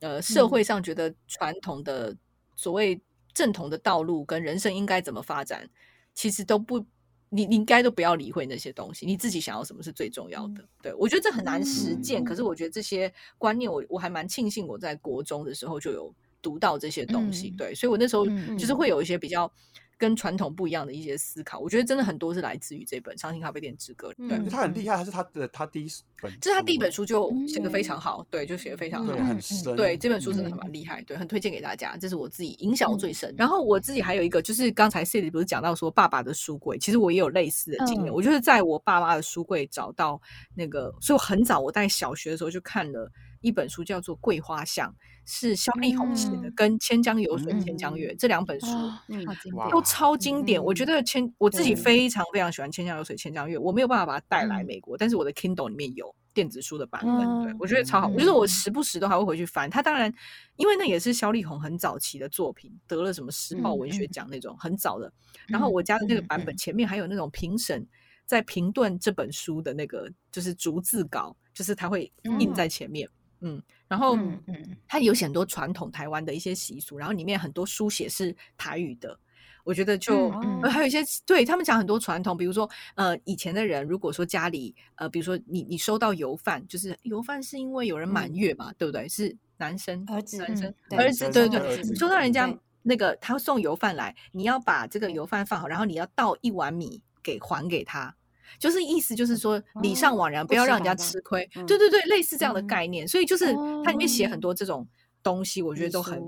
A: 呃，社会上觉得传统的所谓正统的道路跟人生应该怎么发展，其实都不。你你应该都不要理会那些东西，你自己想要什么是最重要的。对我觉得这很难实践，可是我觉得这些观念我，我还蛮庆幸我在国中的时候就有读到这些东西。
D: 嗯
A: 对，所以我那时候
D: 嗯
A: 就是
B: 嗯
A: 会有一些比较跟传统不一样的一些思考。我觉得真的很多是来自于这本《伤心咖啡店之歌》。对，
C: 我觉得他很厉害，还是他的他第一本，
A: 这是他第一本，书就写的非
B: 嗯
A: 常好，对，就写的非常好
C: 对，。嗯很深，
A: 对，这本书真的
D: 嗯
A: 还蛮厉害，对，很推荐给大家。这是我自己影响我最深。然后我自己还有一个，就是刚才 C 里不是讲到说爸爸的书柜，其实我也有类似的经验。
D: 嗯
A: 我就是在我爸妈的书柜找到那个，所以我很早，我在小学的时候就看了一本书，叫做《桂花巷》，是萧丽红写的，
D: 嗯
A: 跟《千江有水千江月》这两本书。
D: 啊
B: 嗯
D: 好经
C: 哇
A: 都
D: 典。
A: 超经典，我觉
B: 嗯
A: 得千我自己
B: 对
A: 非常非常喜欢《千江有水千江月》，我没有办法把它带来
D: 嗯
A: 美国，但是我的 Kindle 里面有电子书的版本，对
D: 嗯
A: 我觉得超好，就是
D: 嗯
A: 我时不时都还会回去翻。它当然，因为那也是萧丽红很早期的作品，得了什么时报
D: 嗯
A: 文学
D: 嗯
A: 奖那种很早的。然后
D: 嗯
A: 我家的那个版
D: 嗯
A: 本前面还有那种评审在评论这本书的那个就是逐字稿，就是它会印
D: 嗯
A: 在前面，嗯，然后。
D: 嗯嗯，
A: 它有写很多传统台湾的一些习俗，然后里面很多书写是台语的，我觉得就、
B: 哦
D: 嗯
A: 呃还有一些对他们讲很多传统，比如说呃以前的人如果说家里呃比如说你你收到油饭，就是油饭是因为有人满
B: 嗯
A: 月嘛，对不对？是男生
B: 儿子
A: 男生
B: 嗯对
A: 儿子对
C: 男生
A: 对
C: 的儿
A: 对，
C: 子
A: 你收到人家
B: 对
A: 那个他送油饭来，你要把这个油饭放好，然后你要倒一碗米给还给他。就是意思就是说礼尚往来，
B: 哦
A: 不要
B: 不
A: 让
B: 吃
A: 人家
B: 白饭
A: 吃亏。
B: 嗯
A: 对对对，类似这样的
B: 嗯
A: 概念。所以就是它里面写很
D: 哦
A: 多这种东西，我
B: 我
A: 觉得都很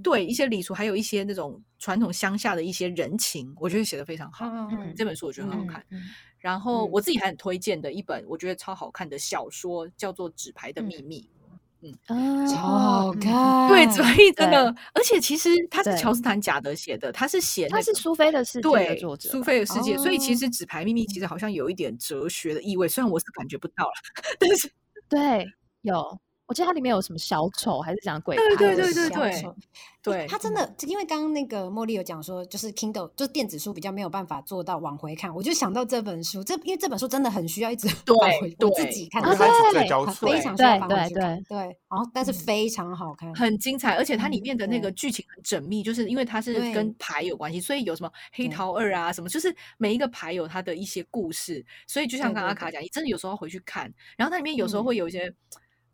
A: 对一些礼俗，还有一些那种传统乡下的一些人情，我觉得写的非常好。
B: 嗯嗯
A: 这本书我觉得很好
B: 嗯
A: 看。然后
B: 嗯
A: 我自己还很推荐的一本，我觉得超好看的小说叫做《纸牌的
D: 嗯
A: 秘密》。
D: 嗯，
B: 超
D: 哦
B: 好
D: 嗯嗯
B: 看，
A: 对，所以真
D: 对
A: 的，而且其实他是
D: 对
A: 乔斯坦·贾德写的，他是写那
D: 他是
A: 个
D: 苏菲的世界的
A: 对
D: 作者吧，
A: 苏菲的世界，所以其
B: 哦
A: 实《纸牌秘密》其实好像有一点哲学的意味，虽然我是感觉不到了，但是
D: 对，有，我记得它里面有什么小丑，还是讲鬼
A: 对
D: 牌
A: 对
D: 的
A: 对对
D: 事
B: 小
A: 对
B: 丑
A: 对
B: 他真的，因为刚刚那个茉莉有讲说，就是 Kindle 就是电子书比较没有办法做到往回看，我就想到这本书，这因为这本书真的很需要一直
A: 对
B: 往回我
A: 对
B: 自己看
C: 我
D: 啊
C: 觉
B: 的
C: 得
B: 时候，
C: 它一直
D: 对
C: 在交错欸
B: 非
A: 对
B: 常需
D: 对
B: 要翻回
D: 对
B: 去看，
D: 对
B: 对，然后但是
D: 嗯
B: 非常好看，
A: 很精彩，而且它里
B: 嗯
A: 面的那个
B: 对
A: 剧情很缜密，就是因为它是
B: 对
A: 跟牌有关系，所以有什么黑
B: 对
A: 桃二啊什么，就是每一个牌有它的一些故事，所以就像
B: 对
A: 刚刚
B: 对
A: 阿卡
B: 对
A: 讲，你真的有时候要回去看，然后它里面有时候
B: 嗯
A: 会有一些。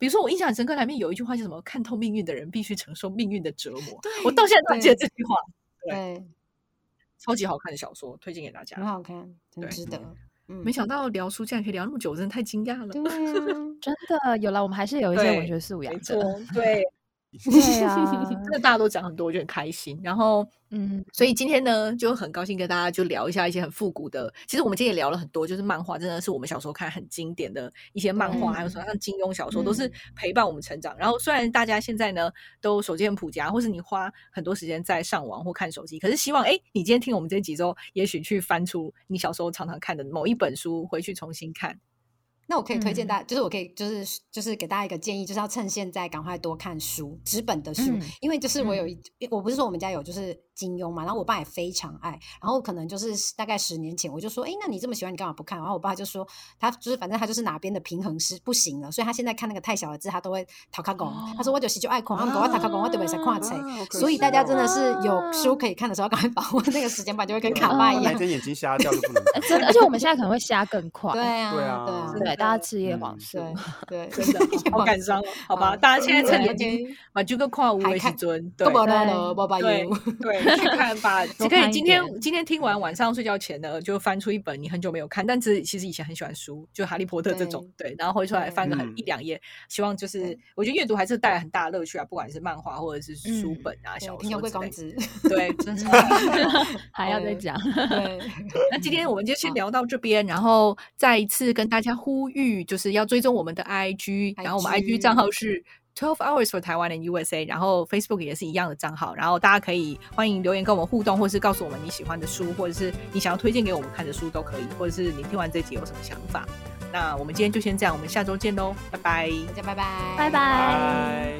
A: 比如说，我印象很深刻，它里面有一句话叫什么“看透命运的人必须承受命运的折磨”，我到现在都还记得这句话，对
B: 对，
A: 超级好看的小说，推荐给大家。
B: 很好看，很
A: 对
B: 值得，嗯
A: 没，想到聊书竟然可以聊那么久，我真的太惊讶了。
B: 对啊，
D: 真的有了，我们还是有一些文
A: 对
D: 学素养
A: 没错
D: 的，，
A: 对，
D: 对 啊，
A: 真的大家都讲很多，我觉得很开心。然后，
D: 嗯，
A: 所以今天呢，就很高兴跟大家就聊一下一些很复古的。其实我们今天也聊了很多，就是漫画，真的是我们小时候看很经典的一些漫画，还有什么像金庸小说，都是
B: 嗯
A: 陪伴我们成长。然后虽然大家现在呢都手机很普及啊，或是你花很多时间在上网或看手机，可是希望哎，你今天听我们这一集之后，也许去翻出你小时候常常看的某一本书，回去重新看。
B: 那我可以推荐大家，就是我可以就是就是给大家一个建议，就是要趁现在赶快多看书，纸本的书，
D: 嗯
B: 因为就是我有一，我不是说我们家有就是金庸嘛，然后我爸也非常爱，然后可能就是大概十年前我就说，哎，那你这么喜欢，你干嘛不看？然后我爸就说，他就是反正他就是哪边的平衡是不行了，所以他现在看那个太小的字，他都会讨卡拱，他
A: 哦
B: 说我就是就爱看，我搞我讨卡拱，我特别是看册。
C: 啊好可
B: 所以大
C: 惜
B: 家
C: 哦
B: 真的是有
D: 啊
B: 书可以看的时候，赶快把握那个时间吧，就会跟
C: 对
B: 卡巴
C: 我
B: 一
C: 哪
A: 哦
B: 样。
C: 天眼睛瞎掉就不能 看。
D: 呃真的，而且我们现在可能会瞎更快，
B: 对啊，对
C: 啊
B: 啊，
A: 真的
D: 对，大家吃夜
C: 嗯
D: 网速，
B: 对对，
A: 真的好
B: 有
A: 感伤哦，好吧，
B: 好
A: 大家现在趁
B: 对
A: 年轻
B: OK
A: 把这个跨无
B: 还
A: 为是
B: 看
A: 尊，对
B: 都无
D: 对
B: 了咯，无把
A: 对
B: 油。
A: 对，去看 吧。
D: 多
A: 可以
D: 看一
A: 今天
D: 点
A: 今天听完晚上睡觉前呢，就翻出一本你很久没有看，但是其实以前很喜欢书，就《哈利波特》这种，对，然后回出来翻个很
C: 嗯
A: 一两页，希望就是
B: 对
A: 我觉得阅读还是带来很大的乐趣啊，不管是漫画或者是书
D: 嗯
A: 本啊、小
B: 平遥
A: 说
B: 贵
A: 之类
B: 公
A: 的，
B: 子，
A: 对，真的。
D: 还要再
B: 对
D: 讲，
B: 对，
A: 那今天我们就先
B: 好
A: 聊到这边，然后再一次跟大家呼吁，就是要追踪我们的 IG，然后我们 IG 账号是 Twelve Hours for Taiwan and USA，然后 Facebook 也是一样的账号，然后大家可以欢迎留言跟我们互动，或是告诉我们你喜欢的书，或者是你想要推荐给我们看的书都可以，或者是你听完这集有什么想法。那我们今天就先这样，我们下周见喽，拜拜。
B: 大家拜拜，
D: 拜拜。
C: 拜。